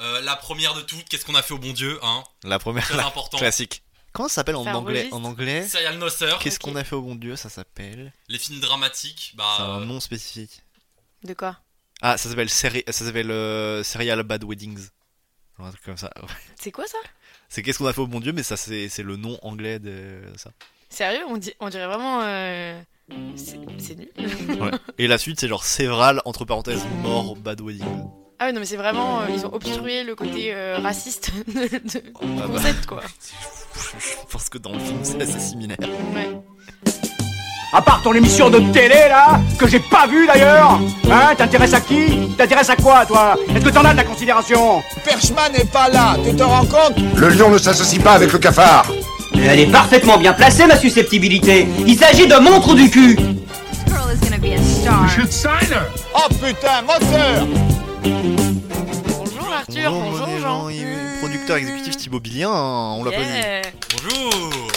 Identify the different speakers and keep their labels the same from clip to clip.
Speaker 1: Euh, la première de toutes, qu'est-ce qu'on a fait au bon Dieu hein
Speaker 2: La première
Speaker 1: Très
Speaker 2: la
Speaker 1: important.
Speaker 2: classique. Comment ça s'appelle en
Speaker 3: Faire
Speaker 2: anglais
Speaker 3: registre.
Speaker 2: En anglais,
Speaker 1: Serial Nosser,
Speaker 2: qu'est-ce
Speaker 3: Ok.
Speaker 2: qu'on a fait au bon Dieu Ça s'appelle.
Speaker 1: les films dramatiques, bah,
Speaker 2: C'est un
Speaker 1: euh,
Speaker 2: nom spécifique.
Speaker 3: De quoi
Speaker 2: Ah, ça s'appelle séri- ça s'appelle euh, Serial Bad Weddings. Genre Un truc comme ça.
Speaker 3: C'est quoi ça
Speaker 2: C'est qu'est-ce qu'on a fait au bon Dieu, mais ça c'est c'est le nom anglais de ça.
Speaker 3: Sérieux on, di- on dirait vraiment. euh, C'est c'est nul.
Speaker 2: Et la suite c'est genre Sévral entre parenthèses mort Bad Weddings.
Speaker 3: Ah ouais, non, mais c'est vraiment. euh, ils ont obstrué le côté euh, raciste de- de-
Speaker 2: Ah bah,
Speaker 3: concept, quoi.
Speaker 2: je pense que dans le film c'est assez similaire.
Speaker 3: Ouais.
Speaker 4: À part ton émission de télé là, que j'ai pas vue d'ailleurs Hein T'intéresses à qui T'intéresses à quoi toi Est-ce que t'en as de la considération
Speaker 5: Perchman n'est pas là, tu te rends compte
Speaker 6: Le lion ne s'associe pas avec le cafard.
Speaker 7: Elle est parfaitement bien placée, ma susceptibilité. Il s'agit de mon trou du cul.
Speaker 8: girl is gonna be a star.
Speaker 5: Oh putain, moteur
Speaker 3: Bonjour Arthur, bonjour,
Speaker 2: Monet,
Speaker 3: Jean. Mmh.
Speaker 2: et- et producteur exécutif Thibaut Bilien, on l'a pas vu.
Speaker 3: Yeah.
Speaker 1: bonjour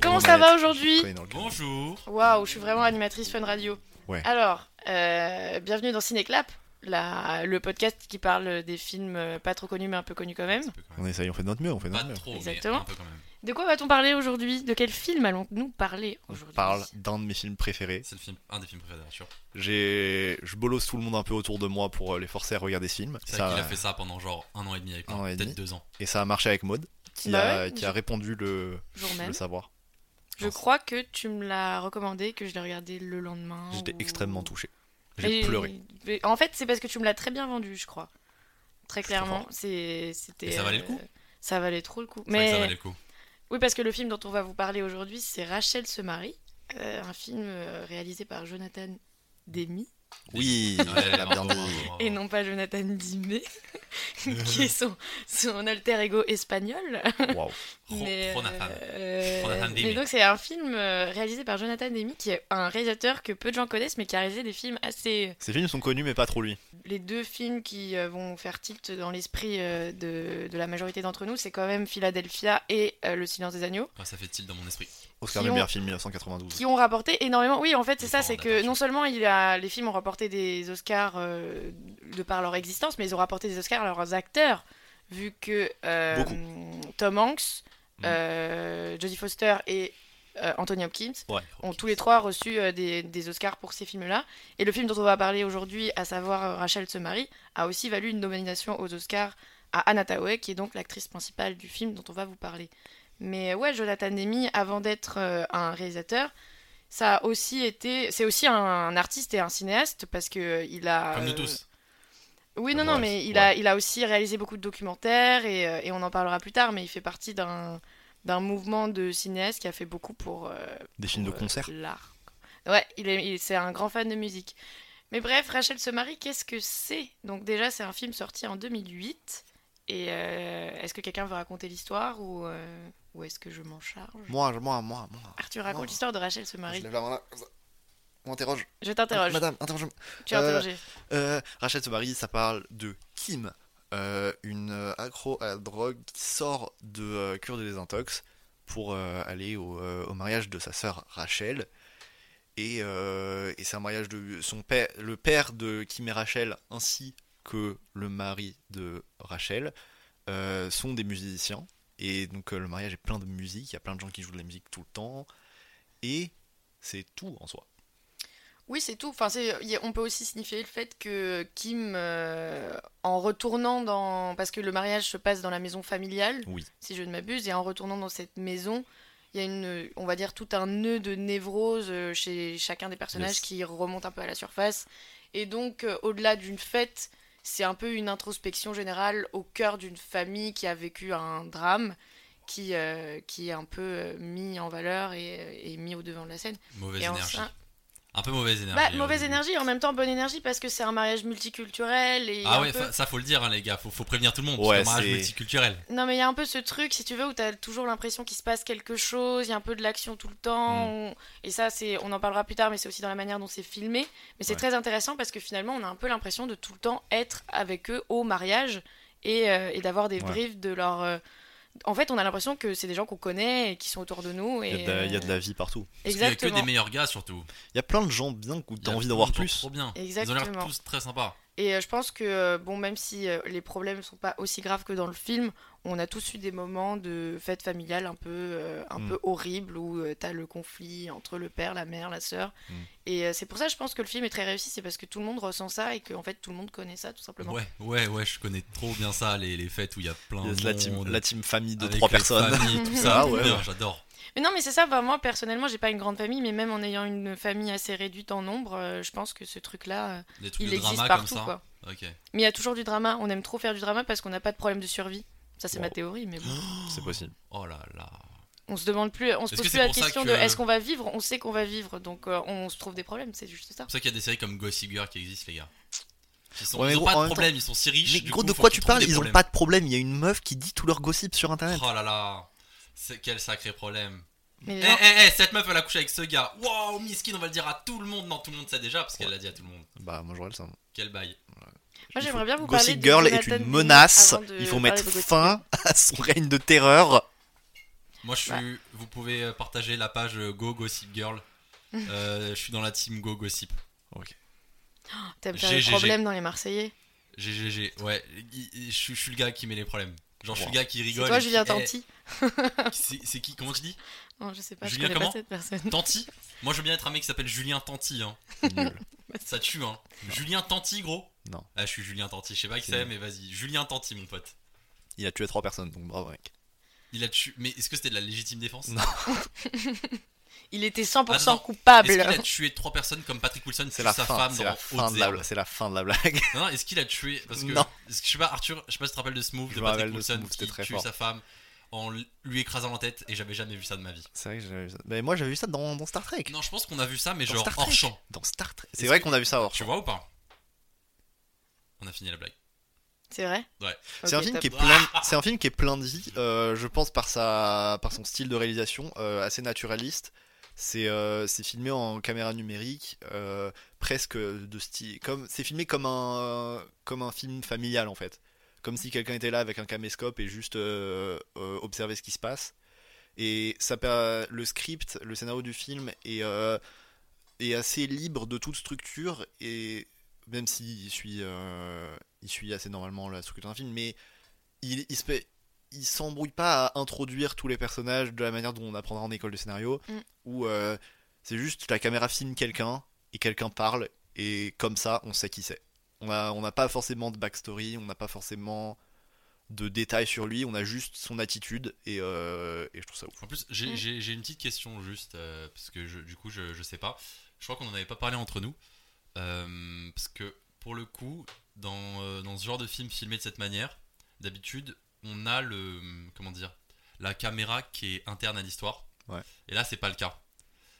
Speaker 3: Comment
Speaker 2: On
Speaker 3: ça
Speaker 2: arrête.
Speaker 3: va aujourd'hui
Speaker 2: Coller dans le cul.
Speaker 1: Bonjour
Speaker 3: Waouh, je suis vraiment animatrice Fun Radio.
Speaker 2: Ouais.
Speaker 3: Alors, euh, bienvenue dans Cinéclap, la, le podcast qui parle des films euh, pas trop connus mais un peu connus quand même.
Speaker 1: Un peu quand même.
Speaker 2: On essaye, on fait de notre mieux, on fait de
Speaker 1: Pas
Speaker 2: notre mieux.
Speaker 1: trop,
Speaker 3: Exactement.
Speaker 1: mais un peu quand même.
Speaker 3: De quoi va-t-on parler aujourd'hui De quel film allons-nous parler
Speaker 2: On
Speaker 3: aujourd'hui Bah
Speaker 2: parle d'un de mes films préférés.
Speaker 1: C'est le film, un des films préférés d'Arthur.
Speaker 2: J'ai, je bolosse tout le monde un peu autour de moi pour euh, les forcer à regarder ce film.
Speaker 1: C'est
Speaker 2: Ça-
Speaker 1: vrai qu'il a fait ça pendant genre un an et demi avec
Speaker 2: Un an
Speaker 1: moi,
Speaker 2: et
Speaker 1: peut-être
Speaker 2: demi.
Speaker 1: deux ans.
Speaker 2: Et ça a marché avec Maud, qui,
Speaker 3: Bah
Speaker 2: a,
Speaker 3: ouais,
Speaker 2: qui
Speaker 3: je-
Speaker 2: a répandu le,
Speaker 3: Jour même.
Speaker 2: le savoir.
Speaker 3: Je crois que tu me l'as recommandé, que je l'ai regardé le lendemain.
Speaker 2: J'étais
Speaker 3: ou-
Speaker 2: extrêmement touché. J'ai
Speaker 3: Et-
Speaker 2: pleuré.
Speaker 3: mais en fait, c'est parce que tu me l'as très bien vendu, je crois. Très
Speaker 2: Je comprends.
Speaker 3: clairement, c'est- c'était.
Speaker 1: Et ça valait le
Speaker 3: euh,
Speaker 1: coup
Speaker 3: Ça valait trop le coup.
Speaker 1: C'est vrai que
Speaker 3: Mais
Speaker 1: ça valait le coup.
Speaker 3: oui, parce que le film dont on va vous parler aujourd'hui, c'est Rachel se marie, euh, un film euh, réalisé par Jonathan Demi
Speaker 2: Oui,
Speaker 1: Ouais,
Speaker 2: elle l'a bien
Speaker 1: bravo,
Speaker 2: dit.
Speaker 1: bravo,
Speaker 3: et
Speaker 1: bravo.
Speaker 3: non pas Jonathan Dimé, qui est son, son alter ego espagnol.
Speaker 2: Waouh.
Speaker 1: Ro-
Speaker 3: Mais, euh,
Speaker 1: Ronathan.
Speaker 3: euh,
Speaker 1: Ronathan Demme.
Speaker 3: mais donc c'est un film euh, réalisé par Jonathan Demme, qui est un réalisateur que peu de gens connaissent, mais qui a réalisé des films assez euh,
Speaker 2: Ces films sont connus, mais pas trop lui.
Speaker 3: les deux films qui euh, vont faire tilt dans l'esprit euh, de, de la majorité d'entre nous, c'est quand même Philadelphia et euh, Le Silence des agneaux,
Speaker 1: Ah, ça fait tilt dans mon esprit.
Speaker 2: Oscar
Speaker 3: Qui
Speaker 2: du
Speaker 3: ont-
Speaker 2: meilleur film 1992.
Speaker 3: qui ont rapporté énormément. Oui, en fait, c'est
Speaker 1: Ils
Speaker 3: ça,
Speaker 1: sont
Speaker 3: c'est
Speaker 1: en
Speaker 3: que
Speaker 1: attention.
Speaker 3: non seulement il a, les films ont rapporté des Oscars euh, de par leur existence, mais ils ont rapporté des Oscars à leurs acteurs, vu que euh,
Speaker 2: Beaucoup.
Speaker 3: Tom Hanks,
Speaker 2: Mhm.
Speaker 3: euh, Jodie Foster et euh, Anthony Hopkins
Speaker 2: Ouais.
Speaker 3: ont tous les trois reçu euh, des, des Oscars pour ces films-là. Et le film dont on va parler aujourd'hui, à savoir euh, Rachel se marie, a aussi valu une nomination aux Oscars à Anna Tawai, qui est donc l'actrice principale du film dont on va vous parler. Mais euh, ouais, Jonathan Demi, avant d'être euh, un réalisateur, ça a aussi été, c'est aussi un, artiste et un cinéaste parce que euh, il a.
Speaker 1: Comme nous
Speaker 3: euh,
Speaker 1: tous.
Speaker 3: Oui,
Speaker 2: Comme
Speaker 3: non,
Speaker 2: moi,
Speaker 3: non, mais
Speaker 2: c'est-
Speaker 3: il a, il a aussi réalisé beaucoup de documentaires et, euh, et on en parlera plus tard. Mais il fait partie d'un d'un mouvement de cinéastes qui a fait beaucoup pour euh,
Speaker 2: Des films de
Speaker 3: euh,
Speaker 2: concert.
Speaker 3: l'art. Ouais, il est, il- c'est un grand fan de musique. Mais bref, Rachel se marie, qu'est-ce que c'est Donc déjà, c'est un film sorti en 2008. Et euh, est-ce que quelqu'un veut raconter l'histoire ou, euh, ou est-ce que je m'en charge
Speaker 2: Moi, je- moi, moi, moi.
Speaker 3: Arthur, raconte
Speaker 2: Moi.
Speaker 3: l'histoire de Rachel se marie.
Speaker 2: lève la main là. comme ça. On interroge.
Speaker 3: Je t'interroge.
Speaker 2: Madame, interroge.
Speaker 3: Tu es interrogé.
Speaker 2: Euh, Rachel se marie, ça parle de Kim, euh, une euh, accro à la drogue qui sort de euh, cure de désintox pour euh, aller au, euh, au mariage de sa sœur Rachel. Et, euh, et c'est un mariage de son père, le père de Kim et Rachel, ainsi que le mari de Rachel, euh, sont des musiciens. Et donc euh, le mariage est plein de musique, il y a plein de gens qui jouent de la musique tout le temps. Et c'est tout en soi.
Speaker 3: Oui, c'est tout. Enfin, c'est, il y a- on peut aussi signifier le fait que Kim, euh, en retournant dans... Parce que le mariage se passe dans la maison familiale,
Speaker 2: Oui.
Speaker 3: si je ne m'abuse, et en retournant dans cette maison, il y a une, euh, on va dire, tout un nœud de névrose euh, chez chacun des personnages
Speaker 2: Yes.
Speaker 3: qui remonte un peu à la surface. Et donc, euh, au-delà d'une fête, c'est un peu une introspection générale au cœur d'une famille qui a vécu un drame qui, euh, qui est un peu euh, mis en valeur et, et mis au devant de la scène.
Speaker 1: Mauvaise
Speaker 3: et en
Speaker 1: énergie.
Speaker 3: ça-
Speaker 1: Un peu mauvaise
Speaker 3: bah,
Speaker 1: énergie. au
Speaker 3: mauvaise
Speaker 1: début.
Speaker 3: énergie, en même temps bonne énergie parce que c'est un mariage multiculturel et
Speaker 1: Ah
Speaker 3: un
Speaker 1: ouais,
Speaker 3: peu-
Speaker 1: fa- ça faut le dire, hein, les gars. Faut, faut prévenir tout le monde.
Speaker 2: Ouais,
Speaker 1: c'est un mariage
Speaker 2: c'est-
Speaker 1: multiculturel.
Speaker 3: Non, mais il y a un peu ce truc, si tu veux, où t'as toujours l'impression qu'il se passe quelque chose, il y a un peu de l'action tout le
Speaker 2: Hmm.
Speaker 3: temps. on- Et ça, c'est, on en parlera plus tard, mais c'est aussi dans la manière dont c'est filmé. Mais c'est
Speaker 2: Ouais.
Speaker 3: très intéressant parce que finalement, on a un peu l'impression de tout le temps être avec eux au mariage et, euh, et d'avoir des
Speaker 2: Ouais.
Speaker 3: briefs de leur. euh, En fait, on a l'impression que c'est des gens qu'on connaît et qui sont autour de nous. Et,
Speaker 2: Il y a de la- il y a de
Speaker 3: euh,
Speaker 2: la vie partout.
Speaker 1: Parce qu'il y a que
Speaker 3: Exactement.
Speaker 1: des meilleurs gars surtout.
Speaker 2: Il y a plein de gens bien où
Speaker 1: Il y
Speaker 2: t'as
Speaker 1: a
Speaker 2: envie
Speaker 1: tout
Speaker 2: d'en
Speaker 1: le
Speaker 2: voir
Speaker 1: temps
Speaker 2: plus.
Speaker 1: Trop bien. Ils ont l'air
Speaker 3: Exactement.
Speaker 1: tous très sympas.
Speaker 3: Et euh, je pense que, euh, bon, même si euh, les problèmes sont pas aussi graves que dans le film, on a tous eu des moments de fête familiale un peu, euh, un
Speaker 2: Mm.
Speaker 3: peu horribles où tu t'as le conflit entre le père, la mère, la sœur.
Speaker 2: Mm.
Speaker 3: Et euh, c'est pour ça, je pense que le film est très réussi, c'est parce que tout le monde ressent ça et que, en fait, tout le monde connaît ça, tout simplement.
Speaker 1: Ouais, ouais, ouais, je connais trop bien ça, les, les fêtes où il y a plein de
Speaker 2: Yes,
Speaker 1: monde,
Speaker 2: la, team, la team famille de
Speaker 1: Oh avec
Speaker 2: trois
Speaker 1: les
Speaker 2: personnes.
Speaker 1: familles, tout ça.
Speaker 2: Ah ouais,
Speaker 1: Putain,
Speaker 2: ouais.
Speaker 1: J'adore.
Speaker 3: Mais non, mais c'est ça, bah, moi personnellement, j'ai pas une grande famille, mais même en ayant une famille assez réduite en nombre, euh, je pense que ce truc-là, euh,
Speaker 1: Des trucs
Speaker 3: il
Speaker 1: de
Speaker 3: existe
Speaker 1: drama
Speaker 3: partout.
Speaker 1: comme ça.
Speaker 3: Quoi.
Speaker 1: Ok.
Speaker 3: Mais il y a toujours du drama, on aime trop faire du drama parce qu'on n'a pas de problème de survie. Ça, c'est ma théorie, mais bon.
Speaker 2: C'est possible.
Speaker 1: Oh là là.
Speaker 3: On se demande plus, on
Speaker 1: Est-ce
Speaker 3: se pose
Speaker 1: que
Speaker 3: plus
Speaker 1: c'est
Speaker 3: la
Speaker 1: pour ça
Speaker 3: question
Speaker 1: que-
Speaker 3: de est-ce qu'on va vivre On sait qu'on va vivre, donc euh, on se trouve des problèmes, c'est juste ça.
Speaker 1: C'est pour ça qu'il y a des séries comme Gossip Girl qui existent, les gars. Ils, sont,
Speaker 2: Ouais, mais
Speaker 1: ils ont
Speaker 2: gros,
Speaker 1: pas
Speaker 2: en
Speaker 1: de
Speaker 2: même temps-
Speaker 1: problème, ils sont si riches.
Speaker 2: Mais
Speaker 1: du
Speaker 2: gros,
Speaker 1: coup,
Speaker 2: de
Speaker 1: faut
Speaker 2: quoi
Speaker 1: qu'ils
Speaker 2: tu
Speaker 1: trouvent
Speaker 2: parles
Speaker 1: des
Speaker 2: Ils ont
Speaker 1: problèmes.
Speaker 2: pas de problème. Il y a une meuf qui dit tout leur gossip sur internet.
Speaker 1: Oh là là. C'est- Quel sacré problème.
Speaker 3: Mais
Speaker 1: Eh,
Speaker 3: genre,
Speaker 1: eh, eh, cette meuf, elle a couché avec ce gars. Waouh, Miskin, on va le dire à tout le monde. Non, tout le monde sait déjà parce qu'elle l'a dit à tout le monde.
Speaker 2: Bah, moi j'aurais le sens.
Speaker 1: Quel bail.
Speaker 3: moi
Speaker 2: Il
Speaker 3: j'aimerais
Speaker 2: faut-
Speaker 3: bien vous parler
Speaker 2: Gossip
Speaker 3: de
Speaker 2: Girl est
Speaker 3: Jonathan
Speaker 2: une
Speaker 3: Demi
Speaker 2: menace.
Speaker 3: avant de
Speaker 2: Il faut
Speaker 3: parler
Speaker 2: mettre
Speaker 3: de Gossip
Speaker 2: fin à son règne de terreur.
Speaker 1: Moi, je suis. Vous pouvez euh, partager la page euh, Go Gossip Girl. Euh, je suis dans la team Go Gossip.
Speaker 3: Girl. T'aimes faire des
Speaker 1: GGG.
Speaker 3: problèmes dans les Marseillais
Speaker 1: GGG. Ouais, il- il- je suis je suis le gars qui met les problèmes. Genre, je suis
Speaker 2: Wow.
Speaker 1: le gars qui
Speaker 3: C'est
Speaker 1: rigole.
Speaker 3: toi
Speaker 1: et qui-
Speaker 3: Julien
Speaker 1: eh,
Speaker 3: Tanti
Speaker 1: C'est c'est qui Comment tu dis
Speaker 3: Non, je sais pas,
Speaker 1: Julien
Speaker 3: je connais
Speaker 1: comment
Speaker 3: pas cette personne.
Speaker 1: Tanti Moi, je veux bien être un mec qui s'appelle Julien Tanti. Hein.
Speaker 2: Nul.
Speaker 1: Ça tue, hein. Julien Tanti, gros
Speaker 2: Non.
Speaker 1: Ah, je suis Julien Tanti. Je sais pas qui
Speaker 2: C'est
Speaker 1: c'est, mais vas-y. Julien Tanti, mon pote.
Speaker 2: Il a tué trois personnes, donc bravo mec.
Speaker 1: Il a tué. Mais est-ce que c'était de la légitime défense
Speaker 2: Non.
Speaker 3: Il était 100%
Speaker 1: Attends, Ah Est-ce
Speaker 3: coupable.
Speaker 1: qu'il a tué trois personnes comme Patrick Wilson tue
Speaker 2: C'est la
Speaker 1: sa
Speaker 2: fin.
Speaker 1: femme
Speaker 2: C'est
Speaker 1: dans
Speaker 2: la fin de la
Speaker 1: Haute-Zère
Speaker 2: blague. C'est la fin de la blague.
Speaker 1: Non, non, est-ce qu'il a tué Parce que
Speaker 2: Non.
Speaker 1: est-ce que je sais pas, Arthur, je sais pas si tu te rappelles de ce move
Speaker 2: Je
Speaker 1: de
Speaker 2: me rappelle
Speaker 1: Patrick
Speaker 2: de ce
Speaker 1: Wilson
Speaker 2: move, c'était
Speaker 1: qui
Speaker 2: très
Speaker 1: tue
Speaker 2: fort.
Speaker 1: sa femme en l- lui écrasant la tête et j'avais jamais vu ça de ma vie.
Speaker 2: C'est vrai que j'avais vu ça. Mais moi j'avais vu ça dans, dans Star Trek.
Speaker 1: Non, je pense qu'on a vu ça, mais
Speaker 2: Dans
Speaker 1: genre
Speaker 2: Star
Speaker 1: hors
Speaker 2: Trek.
Speaker 1: champ.
Speaker 2: Dans Star Trek. C'est
Speaker 1: Est-ce
Speaker 2: vrai
Speaker 1: que-
Speaker 2: qu'on a vu ça hors
Speaker 1: Tu
Speaker 2: champ.
Speaker 1: vois ou pas On a fini la blague.
Speaker 3: C'est vrai
Speaker 1: Ouais.
Speaker 2: C'est un,
Speaker 3: Ok,
Speaker 2: film
Speaker 3: top.
Speaker 2: qui est plein de- c'est un film qui est plein de vie, euh, je pense, par, sa, par son style de réalisation euh, assez naturaliste. C'est euh, c'est filmé en caméra numérique, euh, presque de style. comme- C'est filmé comme un, comme un film familial en fait. Comme si quelqu'un était là avec un caméscope et juste euh, euh, observait ce qui se passe. Et ça, per- le script, le scénario du film est, euh, est assez libre de toute structure et même s'il suit, euh, il suit assez normalement la structure d'un film, mais il, il se fait- il s'embrouille pas à introduire tous les personnages de la manière dont on apprendra en école de scénario,
Speaker 3: Mm.
Speaker 2: où euh, c'est juste la caméra filme quelqu'un et quelqu'un parle et comme ça on sait qui c'est. On a- on n'a pas forcément de backstory, on n'a pas forcément de détails sur lui, on a juste son attitude et, euh, et je trouve ça ouf.
Speaker 1: En plus, j'ai
Speaker 3: Mm.
Speaker 1: j'ai- j'ai une petite question juste, euh, parce que je- du coup, je, je sais pas. Je crois qu'on en avait pas parlé entre nous. Euh, parce que pour le coup, dans, euh, dans ce genre de film filmé de cette manière, d'habitude, on a le. Comment dire La caméra qui est interne à l'histoire.
Speaker 2: Ouais.
Speaker 1: Et là, c'est pas le cas.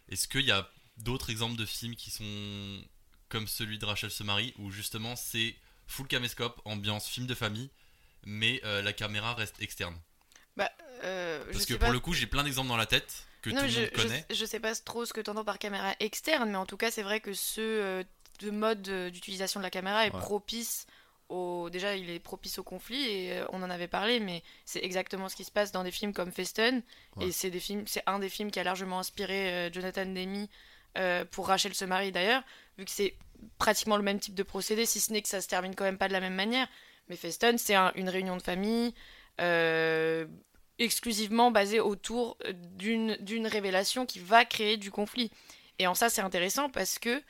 Speaker 1: Est-ce qu'il y a d'autres exemples de films qui sont comme celui de Rachel se marie, où justement c'est full caméscope, ambiance film de famille, mais euh, la caméra reste externe
Speaker 3: Euh, je
Speaker 1: parce que
Speaker 3: sais
Speaker 1: pour
Speaker 3: pas.
Speaker 1: le coup, j'ai plein d'exemples dans la tête que
Speaker 3: Non,
Speaker 1: tout
Speaker 3: mais
Speaker 1: le
Speaker 3: je,
Speaker 1: monde
Speaker 3: je-
Speaker 1: connaît.
Speaker 3: je sais pas trop ce que t'entends par caméra externe, mais en tout cas, c'est vrai que ce euh, de mode euh, d'utilisation de la caméra est
Speaker 2: Ouais.
Speaker 3: propice au. Déjà, il est propice au conflit, et euh, on en avait parlé, mais c'est exactement ce qui se passe dans des films comme Festen.
Speaker 2: Ouais.
Speaker 3: Et c'est des films, c'est un des films qui a largement inspiré euh, Jonathan Demi euh, pour Rachel se marie d'ailleurs, vu que c'est pratiquement le même type de procédé, si ce n'est que ça se termine quand même pas de la même manière. Mais Festen, c'est un- une réunion de famille. euh, exclusivement basé autour d'une d'une révélation qui va créer du conflit. Et en ça, c'est intéressant parce que,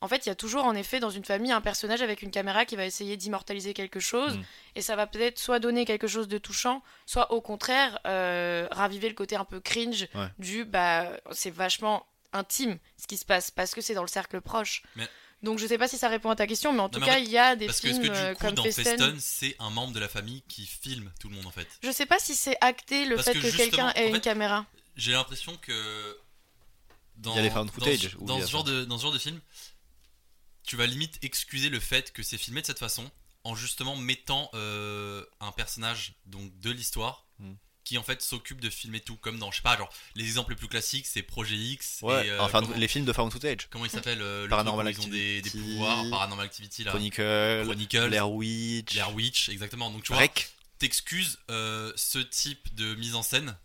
Speaker 3: en fait, il y a toujours, en effet, dans une famille, un personnage avec une caméra qui va essayer d'immortaliser quelque chose.
Speaker 2: Mm.
Speaker 3: Et ça va peut-être soit donner quelque chose de touchant, soit au contraire, euh, raviver le côté un peu cringe
Speaker 2: Ouais.
Speaker 3: du bah, c'est vachement intime ce qui se passe parce que c'est dans le cercle proche.
Speaker 1: Mais-
Speaker 3: Donc, je sais pas si ça répond à ta question, mais en tout
Speaker 1: mais en
Speaker 3: cas,
Speaker 1: fait,
Speaker 3: il y a des
Speaker 1: Parce que,
Speaker 3: films
Speaker 1: parce que
Speaker 3: euh,
Speaker 1: du coup,
Speaker 3: comme
Speaker 1: dans
Speaker 3: Festen.
Speaker 1: Festen, c'est un membre de la famille qui filme tout le monde en fait.
Speaker 3: Je sais pas si c'est acté le
Speaker 1: Parce
Speaker 3: fait
Speaker 1: que
Speaker 3: que, quelqu'un
Speaker 1: justement,
Speaker 3: ait
Speaker 1: en
Speaker 3: une
Speaker 1: fait,
Speaker 3: caméra.
Speaker 1: J'ai l'impression que. Dans,
Speaker 2: Il y a les found
Speaker 1: dans
Speaker 2: footage,
Speaker 1: ce-
Speaker 2: où
Speaker 1: dans
Speaker 2: il y
Speaker 1: ce
Speaker 2: a ça.
Speaker 1: genre de, dans ce genre de film, tu vas limite excuser le fait que c'est filmé de cette façon en justement mettant euh, un personnage donc de l'histoire.
Speaker 2: Mm.
Speaker 1: Qui en fait s'occupe de filmer tout, comme dans, je sais pas, genre, les exemples les plus classiques, c'est Projet X,
Speaker 2: Ouais,
Speaker 1: et, euh,
Speaker 2: enfin,
Speaker 1: comment,
Speaker 2: les films de found footage,
Speaker 1: comment il s'appelle euh, le
Speaker 2: Paranormal
Speaker 1: truc où ils ont des, des
Speaker 2: Activity,
Speaker 1: pouvoirs, Paranormal Activity, là,
Speaker 2: Chronicle,
Speaker 1: Chronicles,
Speaker 2: Blair Witch,
Speaker 1: Blair Witch, exactement. Donc tu vois,
Speaker 2: Rec.
Speaker 1: t'excuses euh, ce type de mise en scène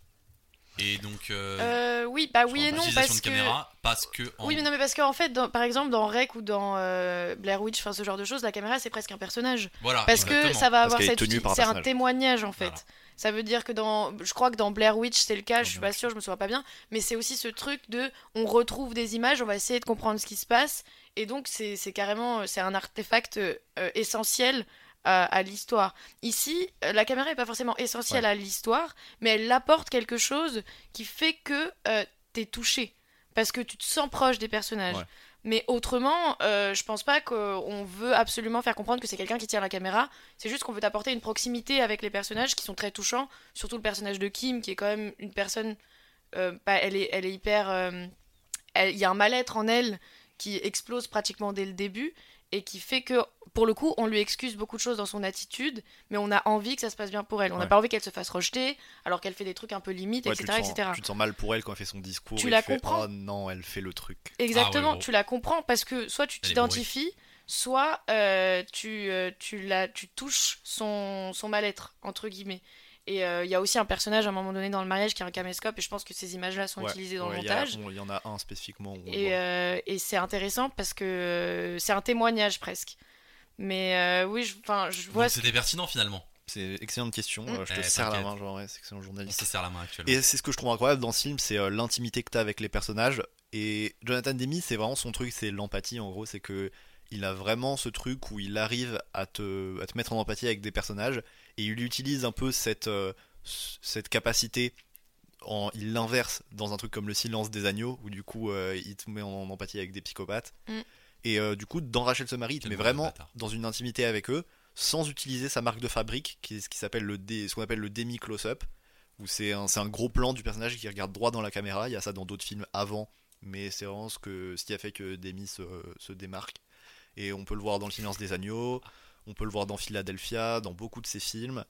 Speaker 1: Et donc, euh,
Speaker 3: Euh, oui, bah oui et non,
Speaker 1: utilisation
Speaker 3: parce
Speaker 1: de
Speaker 3: que.
Speaker 1: caméra, parce que en-
Speaker 3: Oui, mais non, mais parce qu'en fait, dans- par exemple, dans Rec ou dans euh, Blair Witch, enfin ce genre de choses, la caméra c'est presque un personnage.
Speaker 1: voilà,
Speaker 3: Parce que
Speaker 1: exactement.
Speaker 3: ça va
Speaker 2: Parce
Speaker 3: avoir
Speaker 2: qu'elle est
Speaker 3: cette.
Speaker 2: tenue par un
Speaker 3: C'est un
Speaker 2: personnage.
Speaker 3: témoignage en fait.
Speaker 1: Voilà.
Speaker 3: Ça veut dire que dans. Je crois que dans Blair Witch c'est le cas, je suis
Speaker 2: bien
Speaker 3: pas sûre, je me souviens pas bien. Mais c'est aussi ce truc de. On retrouve des images, on va essayer de comprendre ce qui se passe. Et donc c'est c'est carrément. C'est un artefact euh, essentiel à, à l'histoire. Ici, euh, la caméra est pas forcément essentielle à l'histoire, mais elle apporte quelque chose qui fait que euh, t'es touché. Parce que tu te sens proche des personnages.
Speaker 2: Ouais.
Speaker 3: Mais autrement, euh, je pense pas qu'on veut absolument faire comprendre que c'est quelqu'un qui tient la caméra. C'est juste qu'on veut apporter une proximité avec les personnages qui sont très touchants, surtout le personnage de Kim qui est quand même une personne. euh, bah, elle, est, elle est hyper. euh, elle- Il y a un mal-être en elle qui explose pratiquement dès le début et qui fait que, pour le coup, on lui excuse beaucoup de choses dans son attitude, mais on a envie que ça se passe bien pour elle. On n'a
Speaker 2: Ouais.
Speaker 3: pas envie qu'elle se fasse rejeter alors qu'elle fait des trucs un peu limites,
Speaker 2: Ouais, tu, te
Speaker 3: etc.
Speaker 2: sens,
Speaker 3: etc.
Speaker 2: tu te sens mal pour elle quand elle fait son discours.
Speaker 3: Tu
Speaker 2: et
Speaker 3: la
Speaker 2: fais,
Speaker 3: comprends.
Speaker 2: Oh non, elle fait le truc.
Speaker 3: Exactement,
Speaker 1: Ah ouais, bon.
Speaker 3: tu la comprends parce que soit tu
Speaker 1: Elle est
Speaker 3: t'identifies, soit euh, tu, euh, tu, la, tu touches son, son mal-être, entre guillemets. Et euh, il y a aussi un personnage à un moment donné dans le mariage qui a un caméscope et je pense que ces images-là sont
Speaker 2: Ouais,
Speaker 3: utilisées dans
Speaker 2: ouais,
Speaker 3: le
Speaker 2: il y a-
Speaker 3: montage.
Speaker 2: on- Il y, en a un spécifiquement. où on le voit.
Speaker 3: Et, euh, et c'est intéressant parce que euh, c'est un témoignage presque. Mais euh, oui, je, 'fin, je vois
Speaker 1: Donc,
Speaker 3: ce
Speaker 1: c'était pertinent finalement.
Speaker 2: C'est excellente question.
Speaker 3: Mm.
Speaker 2: euh, je te
Speaker 1: Eh,
Speaker 2: serre la
Speaker 1: t'inquiète.
Speaker 2: main, genre, ouais, c'est excellent
Speaker 1: On
Speaker 2: journaliste.
Speaker 1: se serre la main actuellement.
Speaker 2: Et c'est ce que je trouve incroyable dans ce film, c'est euh, l'intimité que t'as avec les personnages. Et Jonathan Demi, c'est vraiment son truc, c'est l'empathie en gros, c'est que il a vraiment ce truc où il arrive à te, à te mettre en empathie avec des personnages et il utilise un peu cette, euh, c- cette capacité. En, il l'inverse dans un truc comme le silence des agneaux où du coup euh, il te met en, en empathie avec des psychopathes
Speaker 3: Mm.
Speaker 2: et euh, du coup dans Rachel se marie il te met
Speaker 1: Quel
Speaker 2: vraiment
Speaker 1: bâtard.
Speaker 2: dans une intimité avec eux sans utiliser sa marque de fabrique qui est ce qui s'appelle le dé- ce qu'on appelle le demi close up où c'est un, c'est un gros plan du personnage qui regarde droit dans la caméra. Il y a ça dans d'autres films avant, mais c'est vraiment ce, que, ce qui a fait que Demi se, se démarque. Et on peut le voir dans Le silence des agneaux, on peut le voir dans Philadelphia, dans beaucoup de ses films.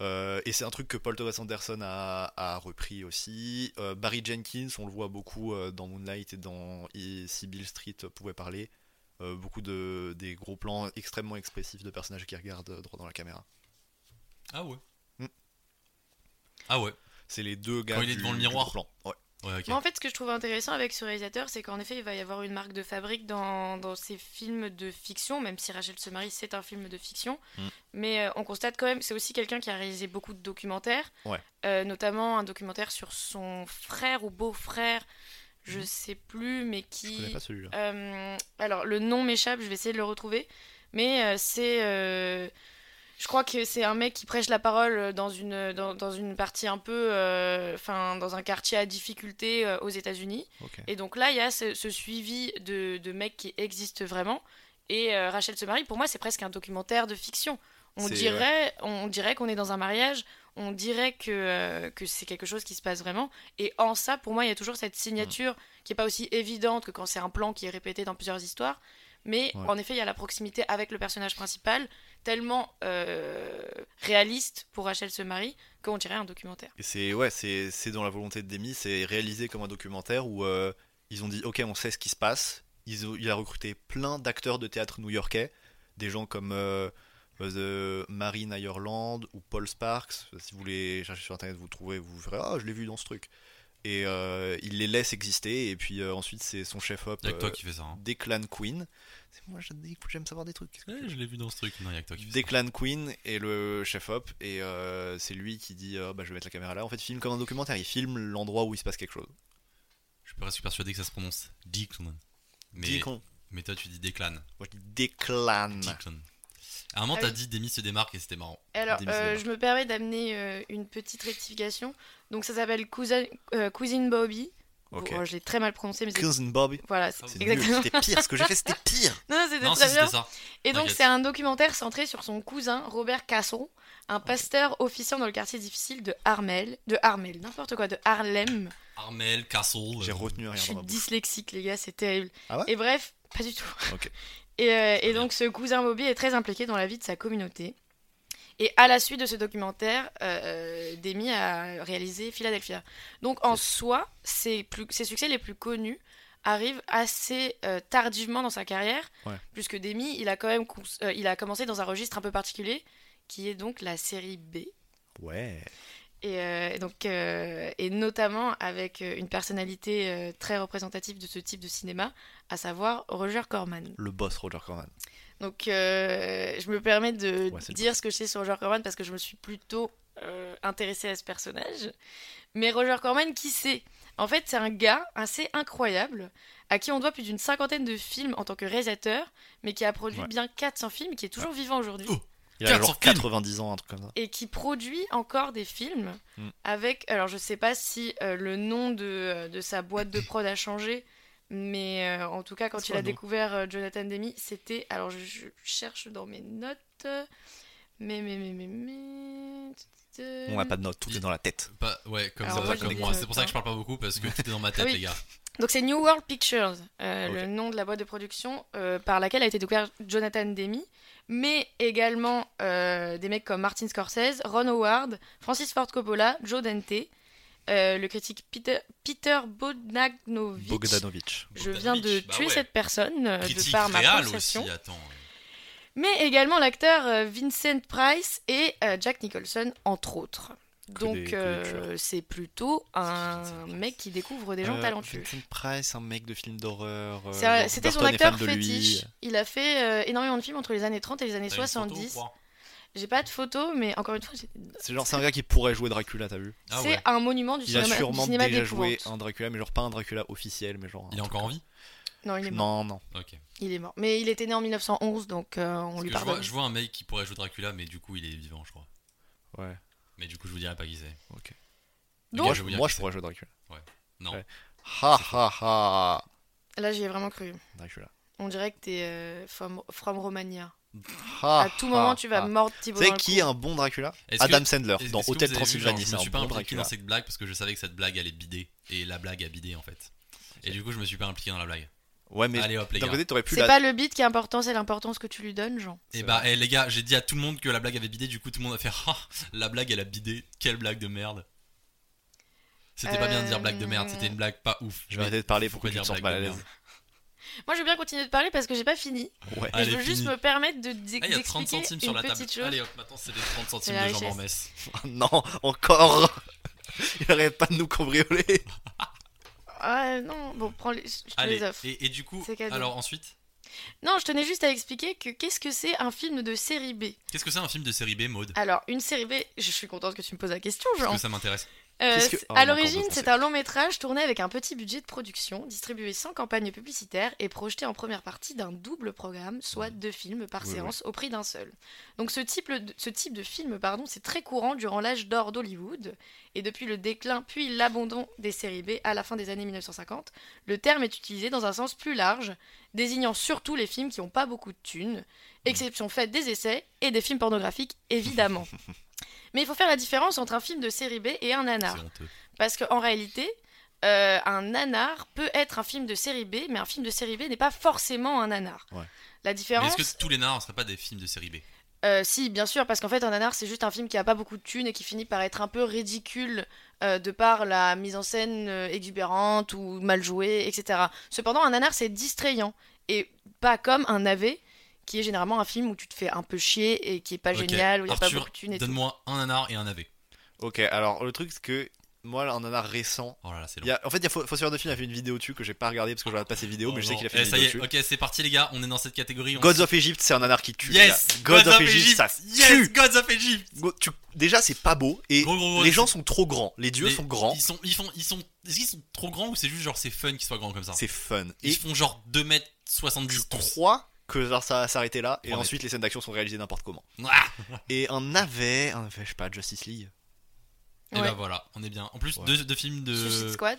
Speaker 2: Euh, et c'est un truc que Paul Thomas Anderson a, a repris aussi. Euh, Barry Jenkins, on le voit beaucoup euh, dans Moonlight et dans et Si Bill Street pouvait parler. Euh, beaucoup de, des gros plans extrêmement expressifs de personnages qui regardent euh, droit dans la caméra.
Speaker 1: Ah ouais.
Speaker 2: Mm.
Speaker 1: Ah ouais.
Speaker 2: C'est les deux gars
Speaker 1: Quand il est
Speaker 2: du-
Speaker 1: devant le
Speaker 2: du gros
Speaker 1: miroir.
Speaker 2: plan. Ouais.
Speaker 1: Ouais, ok.
Speaker 3: Moi, en fait, ce que je trouve intéressant avec ce réalisateur, c'est qu'en effet, il va y avoir une marque de fabrique dans, dans ses films de fiction, même si Rachel se marie, c'est un film de fiction.
Speaker 2: Mm.
Speaker 3: Mais euh, on constate quand même, c'est aussi quelqu'un qui a réalisé beaucoup de documentaires,
Speaker 2: Ouais.
Speaker 3: Euh, notamment un documentaire sur son frère ou beau-frère, je sais plus, mais
Speaker 2: Mm. Je
Speaker 3: qui.
Speaker 2: connais pas celui-là.
Speaker 3: Euh, alors, le nom m'échappe, je vais essayer de le retrouver. Mais euh, c'est. euh, je crois que c'est un mec qui prêche la parole euh, dans une, dans, dans une partie un peu. euh, Enfin, dans un quartier à difficulté euh, aux États-Unis.
Speaker 2: Ok.
Speaker 3: Et donc là, il y a ce, ce suivi de, de mecs qui existent vraiment. Et euh, Rachel se marie, pour moi, c'est presque un documentaire de fiction. On
Speaker 2: C'est-
Speaker 3: dirait, on dirait qu'on est dans un mariage, on dirait que, euh, que c'est quelque chose qui se passe vraiment. Et en ça, pour moi, il y a toujours cette
Speaker 2: Mmh.
Speaker 3: signature qui n'est pas aussi évidente que quand c'est un plan qui est répété dans plusieurs histoires. Mais
Speaker 2: Ouais.
Speaker 3: en effet, il y a la proximité avec le personnage principal, tellement euh, réaliste pour Rachel se marie, qu'on dirait un documentaire.
Speaker 2: Et c'est ouais, c'est c'est dans la volonté de Demi, c'est réalisé comme un documentaire où euh, ils ont dit ok, on sait ce qui se passe. Ils ont- il a recruté plein d'acteurs de théâtre new-yorkais, des gens comme euh, euh, The Marine Ireland ou Paul Sparks. Si vous voulez chercher sur internet, vous trouvez, vous verrez ah je l'ai vu dans ce truc. Et euh, il les laisse exister et puis euh, ensuite c'est son chef op
Speaker 1: Y'a que toi qui fais ça. hein.
Speaker 2: Declan Queen. C'est moi j'aime- j'aime savoir des trucs. qu'est-ce que tu
Speaker 1: Ouais,
Speaker 2: veux
Speaker 1: je l'ai vu dans ce truc. Non, y'a que toi qui fais ça.
Speaker 2: Declan Queen est le chef op et euh, c'est lui qui dit euh, bah, je vais mettre la caméra là. En fait, il filme comme un documentaire, il filme l'endroit où il se passe quelque chose.
Speaker 1: Je suis presque persuadé que ça se prononce Declan. Mais,
Speaker 2: Declan.
Speaker 1: mais toi, tu dis Declan.
Speaker 2: Moi je dis Declan.
Speaker 1: Declan. À un moment,
Speaker 3: Ah
Speaker 1: t'as
Speaker 3: oui.
Speaker 1: dit Demi se démarque et c'était marrant.
Speaker 3: Et Alors,
Speaker 2: Des mises
Speaker 3: euh,
Speaker 2: de
Speaker 3: je me permets d'amener euh, une petite rectification. Donc, ça s'appelle Cousin, euh, Cousine Bobby.
Speaker 2: Ok.
Speaker 3: Bon, euh, oh, je Oh, l'ai très mal prononcé, mais c'est-
Speaker 2: Cousin Bobby.
Speaker 3: voilà, c'est
Speaker 2: C'est nul,
Speaker 3: exactement.
Speaker 2: c'était pire, ce que j'ai fait c'était pire.
Speaker 3: Non, non, c'était
Speaker 1: Non, si,
Speaker 3: très bien.
Speaker 1: c'était ça.
Speaker 3: Et donc,
Speaker 1: T'inquiète.
Speaker 3: c'est un documentaire centré sur son cousin, Robert Casson, un pasteur officiant dans le quartier difficile de Harmel, de Harmel, n'importe quoi, de Harlem.
Speaker 1: Armel, Castle.
Speaker 2: J'ai
Speaker 1: euh,
Speaker 2: retenu rien
Speaker 3: Je
Speaker 2: dans
Speaker 3: suis
Speaker 2: ma bouche.
Speaker 3: dyslexique, les gars, c'est terrible.
Speaker 2: Ah ouais
Speaker 3: et bref, pas du tout.
Speaker 2: Ok.
Speaker 3: Et, euh, et donc, ce cousin Bobby est très impliqué dans la vie de sa communauté. Et à la suite de ce documentaire, euh, Demi a réalisé Philadelphia. Donc, en soi, ses, plus, ses succès les plus connus arrivent assez euh, tardivement dans sa carrière,
Speaker 2: Ouais.
Speaker 3: puisque Demi, il a quand même cons- euh, il a commencé dans un registre un peu particulier, qui est donc la série B.
Speaker 2: Ouais.
Speaker 3: Et, euh, et donc, euh, et notamment avec euh, une personnalité euh, très représentative de ce type de cinéma, à savoir Roger Corman.
Speaker 2: Le boss Roger Corman.
Speaker 3: Donc, euh, je me permets de
Speaker 2: Ouais, c'est le
Speaker 3: dire ce que je sais sur Roger Corman parce que je me suis plutôt euh, intéressée à ce personnage. Mais Roger Corman, qui c'est En fait, c'est un gars assez incroyable à qui on doit plus d'une cinquantaine de films en tant que réalisateur, mais qui a produit
Speaker 2: Ouais.
Speaker 3: bien 400 films, qui est toujours vivant aujourd'hui.
Speaker 1: Oh
Speaker 2: Il a
Speaker 1: 400
Speaker 2: genre
Speaker 1: films.
Speaker 2: 90 ans, un truc comme ça.
Speaker 3: Et qui produit encore des films
Speaker 2: Mm.
Speaker 3: avec. Alors, je sais pas si euh, le nom de, de sa boîte de prod a changé, mais euh, en tout cas, quand
Speaker 1: C'est
Speaker 3: il a
Speaker 1: quoi le nom
Speaker 3: découvert euh, Jonathan Demi, c'était. Alors, je, je cherche dans mes notes. Mais, mais, mais, mais, mais.
Speaker 2: On n'a pas de notes, tout est dans la tête.
Speaker 1: Pas- ouais, comme,
Speaker 3: Alors
Speaker 1: ça,
Speaker 3: moi,
Speaker 1: comme moi.
Speaker 3: je déconne
Speaker 1: C'est pour ça que
Speaker 3: pas.
Speaker 1: je parle pas beaucoup parce que tout est dans ma
Speaker 3: Ah
Speaker 1: tête,
Speaker 3: oui.
Speaker 1: les gars.
Speaker 3: Donc c'est New World Pictures, euh,
Speaker 2: Ok.
Speaker 3: le nom de la boîte de production euh, par laquelle a été découvert Jonathan Demi, mais également euh, des mecs comme Martin Scorsese, Ron Howard, Francis Ford Coppola, Joe Dante, euh, le critique Peter, Peter Bogdanovich.
Speaker 2: Bogdanovich.
Speaker 3: Je viens de
Speaker 1: Bah
Speaker 3: tuer
Speaker 1: ouais.
Speaker 3: cette personne euh, de
Speaker 1: Critique
Speaker 3: par ma
Speaker 1: réelle
Speaker 3: prononciation,
Speaker 1: aussi, hein. attends.
Speaker 3: mais également l'acteur euh, Vincent Price et euh, Jack Nicholson entre autres.
Speaker 2: Que des- que
Speaker 3: Donc
Speaker 2: des
Speaker 3: euh,
Speaker 2: tueurs.
Speaker 3: c'est plutôt un
Speaker 1: Vincent Price
Speaker 3: mec qui découvre des gens talentueux.
Speaker 2: Euh, Vincent Price, un mec de film d'horreur. euh,
Speaker 3: C'est-
Speaker 2: Laura
Speaker 3: C'était son
Speaker 2: Burton est fan
Speaker 3: acteur
Speaker 2: de lui.
Speaker 3: fétiche. Il a fait euh, énormément de films entre les années 30 et les années
Speaker 1: T'as une photo,
Speaker 3: 70.
Speaker 1: je crois.
Speaker 3: J'ai pas de photos, mais encore une fois, j'ai-
Speaker 2: C'est genre, c'est un gars qui pourrait jouer Dracula, t'as vu
Speaker 1: Ah
Speaker 3: c'est
Speaker 1: ouais.
Speaker 3: un monument du
Speaker 2: Il a
Speaker 3: cinéma, du
Speaker 2: sûrement
Speaker 3: cinéma
Speaker 2: déjà joué
Speaker 3: d'épouvante.
Speaker 2: un Dracula, mais genre pas un Dracula officiel, mais genre. un
Speaker 1: Il est
Speaker 2: truc
Speaker 1: encore en
Speaker 2: comme-
Speaker 1: vie
Speaker 3: Non, il est mort.
Speaker 2: Non, non.
Speaker 1: Ok.
Speaker 3: Il est mort. Mais il était né en 1911, donc euh, on
Speaker 1: Parce
Speaker 3: lui
Speaker 1: que je, vois,
Speaker 3: pardonne.
Speaker 1: je vois un mec qui pourrait jouer Dracula, mais du coup, il est vivant, je crois.
Speaker 2: Ouais.
Speaker 1: Mais du coup, je vous dirai pas qui c'est.
Speaker 2: Ok.
Speaker 1: Le gars,
Speaker 3: Donc-
Speaker 2: moi,
Speaker 1: je
Speaker 2: je,
Speaker 1: vais vous dire
Speaker 2: moi,
Speaker 1: qui
Speaker 2: je pourrais jouer Dracula.
Speaker 1: c'est. Non.
Speaker 2: Ouais. Ha ha ha
Speaker 3: Là, j'y ai vraiment cru.
Speaker 2: Dracula.
Speaker 3: On dirait que t'es euh, from, from Romania.
Speaker 2: Ha,
Speaker 1: Ah,
Speaker 3: à tout
Speaker 2: ha,
Speaker 3: moment, tu vas
Speaker 2: ha.
Speaker 3: mordre Thibaut.
Speaker 2: Tu sais
Speaker 3: dans le
Speaker 2: qui
Speaker 3: cou.
Speaker 2: est
Speaker 1: hein,
Speaker 2: un bon Dracula
Speaker 1: Est-ce que-
Speaker 2: Adam Sandler
Speaker 1: est-ce-
Speaker 2: dans
Speaker 1: est-ce que vous
Speaker 2: Hôtel
Speaker 1: avez vu, genre,
Speaker 2: Transylvanie.
Speaker 1: Je
Speaker 2: C'est
Speaker 1: me
Speaker 2: un
Speaker 1: suis pas
Speaker 2: bon
Speaker 1: impliqué
Speaker 2: Dracula.
Speaker 1: dans cette blague parce que je savais que cette blague allait bider. Et la blague a bidé, en fait. Et du coup, je me suis pas impliqué dans la blague.
Speaker 2: Ouais, mais
Speaker 1: Allez hop, les
Speaker 2: d'un
Speaker 1: gars.
Speaker 2: côté, t'aurais pu
Speaker 3: C'est
Speaker 2: la.
Speaker 3: pas le beat qui est important, c'est l'importance que tu lui donnes, Jean.
Speaker 1: Et bah, eh, les gars, j'ai dit à tout le monde que la blague avait bidé, du coup, tout le monde a fait Ah, la blague, elle a bidé. Quelle blague de merde. C'était pas bien de dire blague de merde,
Speaker 3: Euh.
Speaker 1: c'était une blague pas ouf.
Speaker 2: Je vais arrêter de parler
Speaker 1: Faut
Speaker 2: pour
Speaker 1: pas
Speaker 2: que tu
Speaker 1: dire
Speaker 2: te sentes mal
Speaker 1: blague
Speaker 2: à
Speaker 1: de
Speaker 2: l'aise.
Speaker 3: Moi, je veux bien continuer de parler parce que j'ai pas fini.
Speaker 2: Ouais.
Speaker 3: Mais je
Speaker 1: Allez,
Speaker 3: veux juste
Speaker 1: fini.
Speaker 3: me permettre de d-
Speaker 1: Ah, il y a 30
Speaker 3: d'expliquer
Speaker 1: centimes
Speaker 3: une
Speaker 1: sur la table.
Speaker 3: petite chose.
Speaker 1: Allez hop, maintenant c'est les 30 centimes
Speaker 3: la
Speaker 1: de Jean
Speaker 3: richesse.
Speaker 1: Mormès.
Speaker 2: Non, encore Il arrête pas de nous cambrioler
Speaker 3: Ah non, bon, prends les, je te
Speaker 1: Allez,
Speaker 3: les offre.
Speaker 1: et, et du coup,
Speaker 3: C'est cadeau.
Speaker 1: alors ensuite,
Speaker 3: Non, je tenais juste à expliquer que qu'est-ce que c'est un film de série B
Speaker 1: qu'est-ce que c'est un film de série B, Maude
Speaker 3: Alors, une série B, je suis contente que tu me poses la question, Jean.
Speaker 1: Parce que ça m'intéresse.
Speaker 3: Euh,
Speaker 2: Qu'est-ce que-
Speaker 3: c'est-
Speaker 2: Ah, on
Speaker 3: à
Speaker 2: a encore
Speaker 3: l'origine,
Speaker 2: deux
Speaker 3: c'est
Speaker 2: Français.
Speaker 3: un long métrage tourné avec un petit budget de production, distribué sans campagne publicitaire et projeté en première partie d'un double programme, soit deux films par
Speaker 2: Mmh. Oui,
Speaker 3: séance au prix d'un seul. Donc ce type, de- ce type de film, pardon, c'est très courant durant l'âge d'or d'Hollywood et depuis le déclin puis l'abandon des séries B à la fin des années 1950, le terme est utilisé dans un sens plus large, désignant surtout les films qui n'ont pas beaucoup de thunes, exception faite des essais et des films pornographiques évidemment. Mais il faut faire la différence entre un film de série B et un nanar.
Speaker 1: C'est honteux.
Speaker 3: Parce qu'en réalité, euh, un nanar peut être un film de série B, mais un film de série B n'est pas forcément un nanar.
Speaker 2: Ouais.
Speaker 3: La
Speaker 1: Mais
Speaker 3: différence,
Speaker 1: est-ce que tous les nards ne seraient pas des films de série B
Speaker 3: euh, si, bien sûr, parce qu'en fait, un nanar, c'est juste un film qui a pas beaucoup de thunes et qui finit par être un peu ridicule euh, de par la mise en scène euh, exubérante ou mal jouée, etc. Cependant, un nanar, c'est distrayant et pas comme un AV qui est généralement un film où tu te fais un peu chier et qui est pas
Speaker 1: Ok,
Speaker 3: génial, où il n'y a pas
Speaker 1: Arthur,
Speaker 3: beaucoup de thunes et tout.
Speaker 1: Donne-moi un nanar et un AV.
Speaker 2: Ok, alors le truc, c'est que moi, là, un nanar récent.
Speaker 1: Oh là là, c'est long.
Speaker 2: il y a- en fait, il y a Faux- Fossoyeur de Film a fait une vidéo dessus que j'ai pas regardé parce que je regarde pas ses vidéos,
Speaker 1: Oh
Speaker 2: mais je sais
Speaker 1: non.
Speaker 2: qu'il a fait
Speaker 1: Eh,
Speaker 2: une
Speaker 1: ça y
Speaker 2: vidéo
Speaker 1: est,
Speaker 2: dessus.
Speaker 1: ok, c'est parti, les gars, on est dans cette catégorie. on-
Speaker 2: Gods of Egypt, c'est un nanar qui tue.
Speaker 1: Yes
Speaker 2: les gars. Gods of Egypt, ça
Speaker 1: Yes
Speaker 2: tue
Speaker 1: Gods of Egypt
Speaker 2: Go- tu- Déjà, c'est pas beau et
Speaker 1: Gros, gros, gros,
Speaker 2: les
Speaker 1: ils
Speaker 2: gens sont trop grands. Les dieux
Speaker 1: Mais
Speaker 2: sont grands.
Speaker 1: Ils sont, ils font, ils sont, est-ce qu'ils sont trop grands ou c'est juste genre c'est fun qu'ils soient grands comme ça
Speaker 2: C'est fun.
Speaker 1: Ils
Speaker 2: Et
Speaker 1: font genre 2 mètres 70
Speaker 2: je
Speaker 1: tous.
Speaker 2: crois que genre, ça va s'arrêter là et
Speaker 1: Ouais.
Speaker 2: ensuite les scènes d'action sont réalisées n'importe comment.
Speaker 1: Ah
Speaker 2: Et un avait, un avait, je sais pas, Justice League.
Speaker 1: Et
Speaker 3: Ouais.
Speaker 1: bah voilà, on est bien. En plus,
Speaker 2: Ouais.
Speaker 1: deux, deux films de.
Speaker 3: Suicide Squad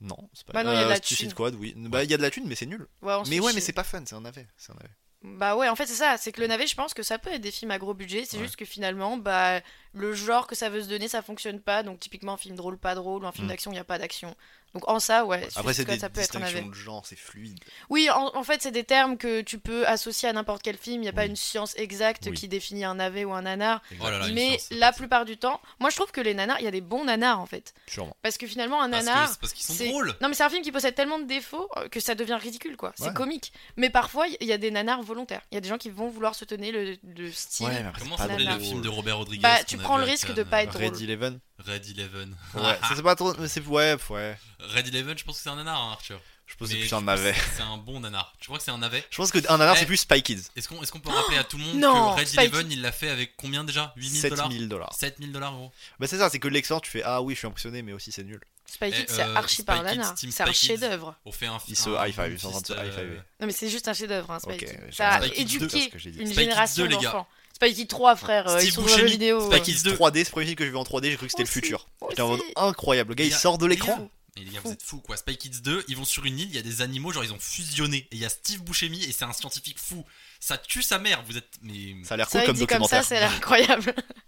Speaker 2: Non, c'est pas Euh,
Speaker 3: Bah non, il y a de la
Speaker 2: Suicide
Speaker 3: thune.
Speaker 2: Squad, oui. Bah, il y a de la thune, mais c'est nul.
Speaker 3: Ouais, on se
Speaker 2: Mais
Speaker 3: fait
Speaker 2: ouais,
Speaker 3: chier.
Speaker 2: mais c'est pas fun, c'est un avait. C'est un avait.
Speaker 3: Bah ouais, en fait c'est ça, c'est que le navet, je pense que ça peut être des films à gros budget, c'est
Speaker 2: Ouais.
Speaker 3: juste que finalement, bah le genre que ça veut se donner, ça fonctionne pas, donc typiquement un film drôle, pas drôle, ou un film
Speaker 2: Mm.
Speaker 3: d'action, il n'y a pas d'action. Donc en ça, ouais, Suicide
Speaker 2: Après, c'est
Speaker 3: Squad,
Speaker 2: des
Speaker 3: ça peut être un navet.
Speaker 2: distinctions de genre, c'est fluide.
Speaker 3: Oui, en, en fait c'est des termes que tu peux associer à n'importe quel film, il n'y a pas
Speaker 2: Oui.
Speaker 3: une science exacte
Speaker 2: Mm. Oui. Ah,
Speaker 3: qui définit un navet ou un nanar,
Speaker 1: Oh là là, une
Speaker 3: mais
Speaker 1: chance.
Speaker 3: la plupart du temps, moi je trouve que les nanars, il y a des bons nanars en fait.
Speaker 2: Sûrement.
Speaker 3: Parce que finalement un
Speaker 1: Parce que-
Speaker 3: nanar...
Speaker 1: Parce qu'ils sont
Speaker 3: c'est-
Speaker 1: drôles
Speaker 3: Non mais c'est un film qui possède tellement de défauts euh, que ça devient ridicule quoi. C'est
Speaker 2: Ouais.
Speaker 3: comique. Mais parfois il y a des nanars volontaires. Il y a des gens qui vont vouloir se tenir le, le style.
Speaker 2: Ouais, mais après,
Speaker 1: Comment
Speaker 2: c'est pas
Speaker 1: s'appelait le
Speaker 3: nanar.
Speaker 1: film de Robert Rodriguez
Speaker 3: Bah tu
Speaker 1: qu'on euh,
Speaker 3: prends le risque de pas être
Speaker 2: euh, Red
Speaker 3: drôle.
Speaker 2: Eleven.
Speaker 1: Red Eleven.
Speaker 2: Ouais, ça c'est pas trop. Mais c'est. Ouais, ouais.
Speaker 1: Red Eleven, je pense que c'est un nanar, hein, Arthur.
Speaker 2: Je pense
Speaker 1: Mais
Speaker 2: que c'est plus
Speaker 1: je
Speaker 2: un
Speaker 1: pense que
Speaker 2: navet.
Speaker 1: C'est un bon nanar. Tu crois que c'est un navet
Speaker 2: Je pense que un nanar,
Speaker 1: Eh.
Speaker 2: c'est plus Spy Kids.
Speaker 1: Est-ce qu'on est qu'on peut rappeler à tout le monde
Speaker 3: Oh non,
Speaker 1: que Red
Speaker 3: Spike.
Speaker 1: Eleven, il l'a fait avec combien déjà 8000 dollars
Speaker 2: 7000 dollars.
Speaker 1: 7000 dollars, gros.
Speaker 2: Bah, c'est ça, c'est que l'excellent, tu fais Ah oui, je suis impressionné, mais aussi c'est nul.
Speaker 3: Spy
Speaker 1: Eh,
Speaker 3: Kids, c'est
Speaker 1: euh,
Speaker 3: archi
Speaker 1: Spy
Speaker 3: par
Speaker 1: Kids,
Speaker 3: nanar.
Speaker 1: Team
Speaker 3: C'est un
Speaker 1: Spy Kids.
Speaker 3: chef-d'œuvre.
Speaker 1: On fait un
Speaker 2: Ils se
Speaker 1: un
Speaker 2: high five, ils sont en
Speaker 1: fist,
Speaker 2: train de se high
Speaker 1: euh,
Speaker 2: fiver.
Speaker 3: Non, mais c'est juste un chef-d'œuvre, hein, Spy
Speaker 2: Ok,
Speaker 3: Kids.
Speaker 2: j'ai
Speaker 3: Ça a
Speaker 2: entendu
Speaker 1: Spy Kids deux,
Speaker 3: éduqué
Speaker 2: parce que j'ai dit.
Speaker 3: une
Speaker 1: Spy Kids
Speaker 3: génération
Speaker 1: deux, les gars.
Speaker 3: d'enfants. Spy Kids 3, frère, euh, ils
Speaker 1: Steve
Speaker 3: sont dans la
Speaker 1: Buscemi,
Speaker 3: vidéo. euh.
Speaker 1: Spy Kids 2.
Speaker 2: 3D, c'est le premier film que j'ai vu en 3D, j'ai cru que c'était le
Speaker 3: Aussi,
Speaker 2: futur.
Speaker 3: moi
Speaker 2: J'étais en mode
Speaker 3: aussi.
Speaker 2: incroyable, le gars
Speaker 1: Les
Speaker 2: il
Speaker 1: gars,
Speaker 2: sort de
Speaker 1: les
Speaker 2: l'écran.
Speaker 1: gars, Mais les gars,
Speaker 3: Fou.
Speaker 1: vous êtes fous quoi. Spy Kids 2, ils vont sur une île, il y a des animaux, genre ils ont fusionné. Et il y a Steve Buscemi et c'est un scientifique fou. Ça tue sa mère, vous êtes. Mais.
Speaker 2: Ça a l'air
Speaker 3: Ça,
Speaker 2: cool
Speaker 3: il
Speaker 2: comme
Speaker 3: dit comme ça,
Speaker 2: documentaire.
Speaker 3: c'est incroyable.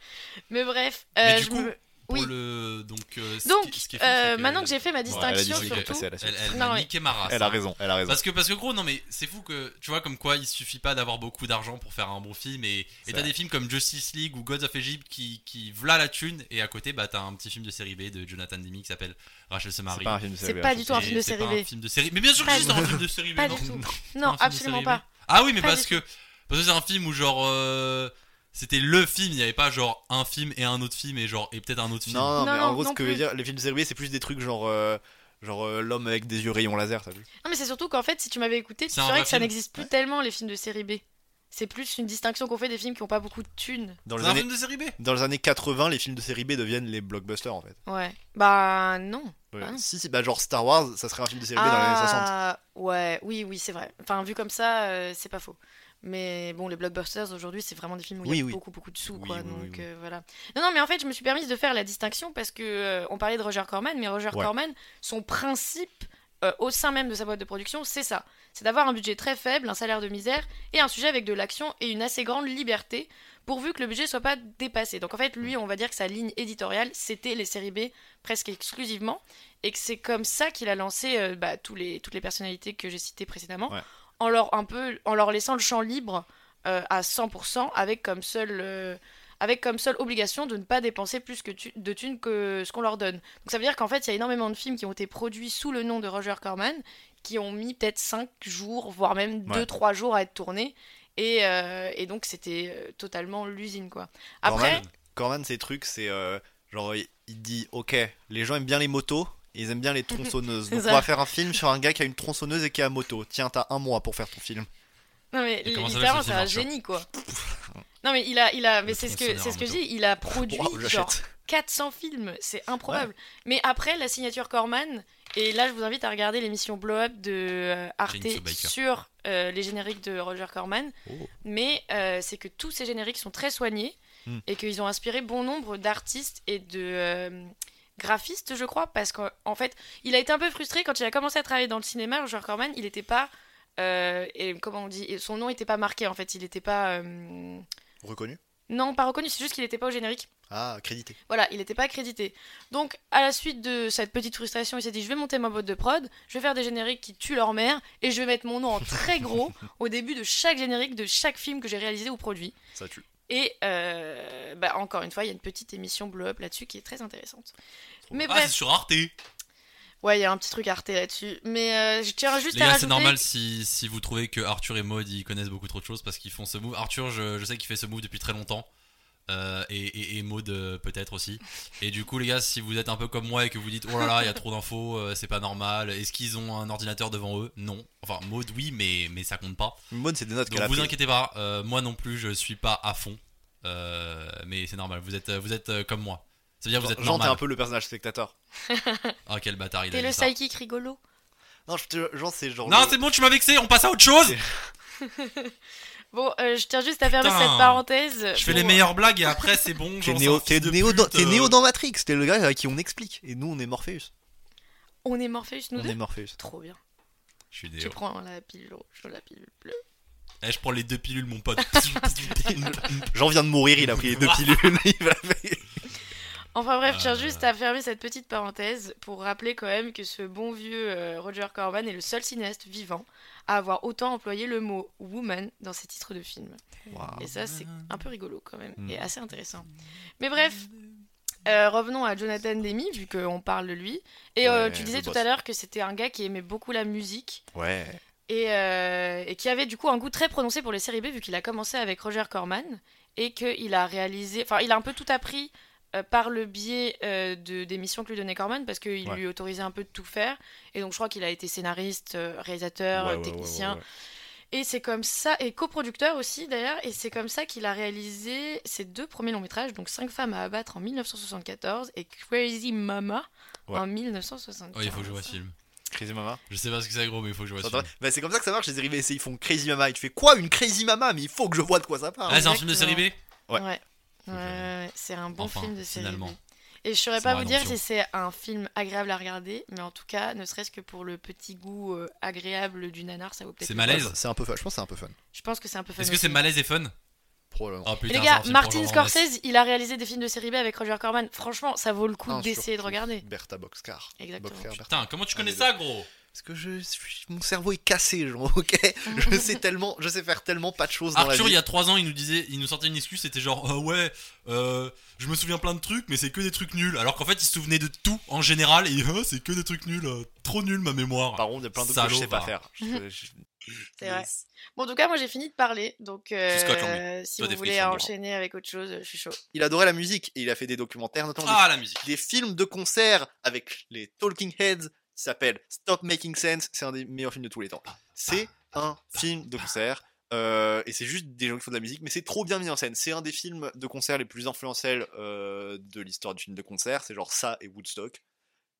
Speaker 3: Mais bref,
Speaker 1: Mais
Speaker 3: euh,
Speaker 1: du
Speaker 3: je
Speaker 1: coup,
Speaker 3: me-
Speaker 1: pour
Speaker 3: oui.
Speaker 1: le. Donc, euh, ce
Speaker 3: Donc,
Speaker 1: qui- ce qui est fou,
Speaker 3: euh,
Speaker 1: c'est
Speaker 3: maintenant que j'ai fait ma
Speaker 2: Ouais, elle a dit
Speaker 3: distinction,
Speaker 2: qu'il
Speaker 1: surtout-
Speaker 2: fallait passer à la
Speaker 1: Elle,
Speaker 2: suite.
Speaker 1: elle
Speaker 3: Non,
Speaker 1: m'a
Speaker 3: mais-
Speaker 1: niqué ma race,
Speaker 2: Elle a
Speaker 1: hein.
Speaker 2: raison, elle a raison.
Speaker 1: Parce que, parce que gros, non mais c'est fou que tu vois comme quoi il suffit pas d'avoir beaucoup d'argent pour faire un bon film et et
Speaker 2: C'est
Speaker 1: t'as
Speaker 2: vrai.
Speaker 1: des films comme Justice League ou Gods of Egypt qui, qui v'là la thune et à côté bah t'as un petit film de série B de Jonathan Demi qui s'appelle Rachel se
Speaker 2: C'est
Speaker 1: marie.
Speaker 2: pas un film de
Speaker 3: C'est
Speaker 2: série B,
Speaker 3: pas
Speaker 2: je
Speaker 3: du
Speaker 2: pense.
Speaker 3: tout un film de
Speaker 1: Et c'est
Speaker 3: série
Speaker 1: pas un
Speaker 3: B.
Speaker 1: film de série. Mais bien sûr que
Speaker 3: Pas
Speaker 1: si,
Speaker 3: du
Speaker 1: c'est un film de série B.
Speaker 3: Pas
Speaker 1: non.
Speaker 3: du tout.
Speaker 1: C'est
Speaker 3: Non,
Speaker 1: un film de
Speaker 3: absolument
Speaker 1: série B.
Speaker 3: pas.
Speaker 1: Ah oui mais
Speaker 3: Pas
Speaker 1: parce
Speaker 3: du
Speaker 1: que parce que c'est un film où genre euh, c'était le film il n'y avait pas genre un film et un autre film et genre et peut-être un autre film.
Speaker 2: Non,
Speaker 3: Non,
Speaker 2: mais
Speaker 3: non,
Speaker 2: en gros, ce
Speaker 3: non
Speaker 2: que je veux
Speaker 3: plus.
Speaker 2: dire, les films de série B, c'est plus des trucs genre. euh, Genre euh, l'homme avec des yeux rayons laser, t'as vu
Speaker 3: Non, mais c'est surtout qu'en fait, si tu m'avais écouté, tu
Speaker 1: C'est un
Speaker 3: saurais
Speaker 1: vrai
Speaker 3: que ça
Speaker 1: film.
Speaker 3: n'existe plus tellement les films de série B. C'est plus une distinction qu'on fait des films qui n'ont pas beaucoup de thunes.
Speaker 2: dans
Speaker 1: C'est
Speaker 2: les,
Speaker 1: un
Speaker 2: années,
Speaker 1: film de série B.
Speaker 2: dans les années 80, les films de série B deviennent les blockbusters en fait.
Speaker 3: Ouais. Bah non.
Speaker 2: Ouais.
Speaker 3: Ah.
Speaker 2: Si, si, bah genre Star Wars, ça serait un film de série B dans les années 60.
Speaker 3: Ah, ouais, oui, oui, c'est vrai. Enfin, vu comme ça, euh, c'est pas faux. Mais bon, les blockbusters aujourd'hui, c'est vraiment des films où il
Speaker 2: Oui,
Speaker 3: y a
Speaker 2: oui.
Speaker 3: beaucoup, beaucoup de sous,
Speaker 2: Oui,
Speaker 3: quoi.
Speaker 2: oui,
Speaker 3: donc
Speaker 2: oui, oui.
Speaker 3: euh, voilà. Non, non, mais en fait, je me suis permise de faire la distinction parce que euh, on parlait de Roger Corman, mais Roger
Speaker 2: Ouais.
Speaker 3: Corman, son principe euh, au sein même de sa boîte de production, c'est ça. C'est d'avoir un budget très faible, un salaire de misère et un sujet avec de l'action et une assez grande liberté pourvu que le budget soit pas dépassé. Donc en fait, lui, on va dire que sa ligne éditoriale, c'était les séries B presque exclusivement et que c'est comme ça qu'il a lancé euh, bah, tous les, toutes les personnalités que j'ai citées précédemment
Speaker 2: Ouais.
Speaker 3: en, leur, un peu, en leur laissant le champ libre euh, à 100% avec comme seul... euh, avec comme seule obligation de ne pas dépenser plus que tu- de thunes que ce qu'on leur donne. Donc ça veut dire qu'en fait, il y a énormément de films qui ont été produits sous le nom de Roger Corman, qui ont mis peut-être 5 jours, voire même
Speaker 2: Ouais.
Speaker 3: 2-3 jours à être tournés. Et, euh, et donc c'était euh, totalement l'usine, quoi. Après,
Speaker 2: Corman, Corman, ses trucs, c'est euh, genre il- il dit ok, les gens aiment bien les motos. et Ils aiment bien les tronçonneuses.
Speaker 3: C'est
Speaker 2: Donc
Speaker 3: ça.
Speaker 2: on va faire un film sur un gars qui a une tronçonneuse et qui a un moto. Tiens, t'as un mois pour faire ton film.
Speaker 3: non mais
Speaker 1: Et comment ça
Speaker 3: littéralement,
Speaker 1: s'appelle ce
Speaker 3: c'est un
Speaker 1: film,
Speaker 3: génie, quoi. Non mais il a, il a, mais
Speaker 1: Le
Speaker 3: c'est ce que,
Speaker 1: tronçonneur
Speaker 3: c'est ce que
Speaker 1: en
Speaker 3: je dis, il a produit
Speaker 2: Waouh,
Speaker 3: genre
Speaker 2: j'achète.
Speaker 3: 400 films, c'est improbable. Mais après, la signature Corman, et là je vous invite à regarder l'émission Blow Up de euh, Arte
Speaker 1: Jenny Zubaker.
Speaker 3: sur euh, les génériques de Roger Corman.
Speaker 2: Oh.
Speaker 3: Mais euh, c'est que tous ces génériques sont très soignés
Speaker 2: Hmm.
Speaker 3: et qu'ils ont inspiré bon nombre d'artistes et de euh, graphistes, je crois, parce qu'en en fait, il a été un peu frustré quand il a commencé à travailler dans le cinéma. Roger Corman, il n'était pas. euh, et comment on dit et Son nom n'était pas marqué en fait, il n'était pas. euh,
Speaker 2: Reconnu
Speaker 3: non, pas reconnu, c'est juste qu'il n'était pas au générique.
Speaker 2: Ah, crédité.
Speaker 3: Voilà, il n'était pas accrédité. Donc, à la suite de cette petite frustration, il s'est dit je vais monter ma boîte de prod, je vais faire des génériques qui tuent leur mère et je vais mettre mon nom en très gros au début de chaque générique de chaque film que j'ai réalisé ou produit.
Speaker 2: Ça tue.
Speaker 3: Et euh, bah, encore une fois, il y a une petite émission Blow Up là-dessus qui est très intéressante. Mais
Speaker 1: ah,
Speaker 3: bref.
Speaker 1: c'est sur Arte.
Speaker 3: Ouais, il y a un petit truc Arte là-dessus. Mais euh, je tiens juste
Speaker 1: Les
Speaker 3: à
Speaker 1: gars, c'est
Speaker 3: rajouter.
Speaker 1: normal si, si vous trouvez que Arthur et Maud ils connaissent beaucoup trop de choses parce qu'ils font ce move. Arthur, je, je sais qu'il fait ce move depuis très longtemps. Euh, et, et, et Maud euh, peut-être aussi. Et du coup, les gars, si vous êtes un peu comme moi et que vous dites oh là là, il y a trop d'infos, euh, c'est pas normal. Est-ce qu'ils ont un ordinateur devant eux Non. Enfin, Maud, oui, mais, mais ça compte pas.
Speaker 2: Maud, c'est des notes
Speaker 1: Donc
Speaker 2: qu'elle a
Speaker 1: vous
Speaker 2: prises.
Speaker 1: inquiétez pas, euh, moi non plus, je suis pas à fond. Euh, mais c'est normal, vous êtes, vous êtes euh, comme moi. Ça veut dire que vous êtes
Speaker 2: Jean, t'es
Speaker 1: normal.
Speaker 2: un peu le personnage spectateur.
Speaker 1: Ah, quel bâtard il a
Speaker 3: T'es
Speaker 1: dit
Speaker 3: le
Speaker 1: ça.
Speaker 3: psychic rigolo.
Speaker 2: Non, je te... Jean, c'est genre.
Speaker 1: Non,
Speaker 2: le-
Speaker 1: c'est bon, tu m'as vexé, on passe à autre chose
Speaker 3: Bon, euh, je tiens juste à fermer
Speaker 1: Putain.
Speaker 3: cette parenthèse.
Speaker 1: Je fais
Speaker 3: pour-
Speaker 1: les meilleures blagues et après c'est bon.
Speaker 2: T'es
Speaker 1: genre,
Speaker 2: néo,
Speaker 1: c'est un fils
Speaker 2: t'es
Speaker 1: de
Speaker 2: néo,
Speaker 1: pute,
Speaker 2: dans, t'es
Speaker 1: euh.
Speaker 2: néo dans Matrix, t'es le gars à qui on explique. Et nous, on est Morpheus.
Speaker 3: On est Morpheus, nous
Speaker 2: on
Speaker 3: deux
Speaker 2: est Morpheus.
Speaker 3: Trop bien.
Speaker 1: Je suis
Speaker 3: Tu
Speaker 1: néo.
Speaker 3: prends la pilule rouge ou la pilule bleue.
Speaker 1: Eh, je prends les deux pilules, mon pote.
Speaker 2: Jean vient de mourir, il a pris les deux pilules. il va faire-
Speaker 3: Enfin bref, je tiens
Speaker 1: Euh.
Speaker 3: juste à fermer cette petite parenthèse pour rappeler quand même que ce bon vieux euh, Roger Corman est le seul cinéaste vivant à avoir autant employé le mot woman dans ses titres de films.
Speaker 2: Waouh.
Speaker 3: Et ça, c'est un peu rigolo quand même,
Speaker 2: Mm.
Speaker 3: et assez intéressant. Mais bref, euh, revenons à Jonathan Demi, vu qu'on parle de lui. Et euh,
Speaker 2: Ouais,
Speaker 3: tu
Speaker 2: le
Speaker 3: disais tout
Speaker 2: boss.
Speaker 3: à l'heure que c'était un gars qui aimait beaucoup la musique
Speaker 2: Ouais.
Speaker 3: et, euh, et qui avait du coup un goût très prononcé pour les séries B vu qu'il a commencé avec Roger Corman et qu'il a réalisé, enfin il a un peu tout appris euh, par le biais euh, de, des missions que lui donnait Corman parce qu'il
Speaker 2: Ouais.
Speaker 3: lui autorisait un peu de tout faire et donc je crois qu'il a été scénariste, euh, réalisateur,
Speaker 2: Ouais,
Speaker 3: euh,
Speaker 2: ouais, ouais,
Speaker 3: technicien
Speaker 2: ouais, ouais.
Speaker 3: et c'est comme ça, et coproducteur aussi d'ailleurs, et c'est comme ça qu'il a réalisé ses deux premiers longs métrages, donc 5 femmes à abattre en 1974 et Crazy Mama
Speaker 2: Ouais.
Speaker 3: en 1975.
Speaker 1: Oh, il faut que je vois ce film.
Speaker 2: Crazy Mama.
Speaker 1: Je sais pas ce que c'est, gros, mais il faut que je vois ce
Speaker 2: T'entends
Speaker 1: film.
Speaker 2: Bah, c'est comme ça que ça marche, les dérivés, c'est- ils font Crazy Mama. Et tu fais quoi une Crazy Mama Mais il faut que je vois de quoi ça parle.
Speaker 1: Ah, c'est un film de série B
Speaker 2: Ouais.
Speaker 3: Ouais. ouais, ouais, ouais, c'est un bon
Speaker 1: Enfin,
Speaker 3: film de série
Speaker 1: finalement.
Speaker 3: B. Et je saurais
Speaker 1: C'est
Speaker 3: pas
Speaker 1: ma
Speaker 3: vous dire
Speaker 1: rédemption.
Speaker 3: si c'est un film agréable à regarder, mais en tout cas, ne serait-ce que pour le petit goût euh, agréable du nanar, ça vaut peut-être.
Speaker 1: C'est
Speaker 3: le
Speaker 1: malaise.
Speaker 3: coup.
Speaker 2: C'est un peu fun, je pense que c'est un peu fun.
Speaker 3: Je pense que c'est un peu. fun
Speaker 1: Est-ce que
Speaker 3: aussi.
Speaker 1: c'est malaise et fun
Speaker 2: Probablement.
Speaker 1: Oh putain,
Speaker 3: Les
Speaker 1: c'est un
Speaker 3: gars,
Speaker 1: film pour
Speaker 3: Martin
Speaker 1: Jean Romanes.
Speaker 3: Scorsese, il a réalisé des films de série B avec Roger Corman. Franchement, ça vaut le coup
Speaker 2: Un
Speaker 3: d'essayer de
Speaker 2: surtout.
Speaker 3: regarder.
Speaker 2: Bertha Boxcar.
Speaker 3: Exactement.
Speaker 2: Boxer, Bertha.
Speaker 1: Putain, comment tu connais
Speaker 2: Ah, les
Speaker 1: ça, gros
Speaker 2: Parce que je suis- mon cerveau est cassé, genre, ok Je sais tellement, je sais faire tellement pas de choses dans
Speaker 1: Arthur, il y
Speaker 2: la vie.
Speaker 1: a 3 ans, il nous disait, il nous sortait une excuse, c'était genre, Ah ouais, euh, je me souviens plein de trucs, mais c'est que des trucs nuls. Alors qu'en fait, il se souvenait de tout en général, et Ah, c'est que des trucs nuls, euh, trop nul ma mémoire.
Speaker 2: Par contre, il y a plein de trucs que je sais
Speaker 1: Salaud, hein.
Speaker 2: pas
Speaker 1: va.
Speaker 2: faire. Je- je-
Speaker 3: C'est vrai. Bon, en tout cas, moi j'ai fini de parler, donc euh,
Speaker 1: Tu scotches en lui.
Speaker 3: si
Speaker 1: Toi,
Speaker 3: vous
Speaker 1: des
Speaker 3: voulez
Speaker 1: frites, ça me
Speaker 3: enchaîner avec autre chose, je suis chaud.
Speaker 2: Il adorait la musique et il a fait des documentaires, notamment des
Speaker 1: Ah, la musique.
Speaker 2: des films de concert avec les Talking Heads qui s'appelle Stop Making Sense. C'est un des meilleurs films de tous les temps. C'est un film de concert. euh, et c'est juste des gens qui font de la musique, mais c'est trop bien mis en scène. C'est un des films de concert les plus influentiels euh, de l'histoire du film de concert. C'est genre ça et Woodstock.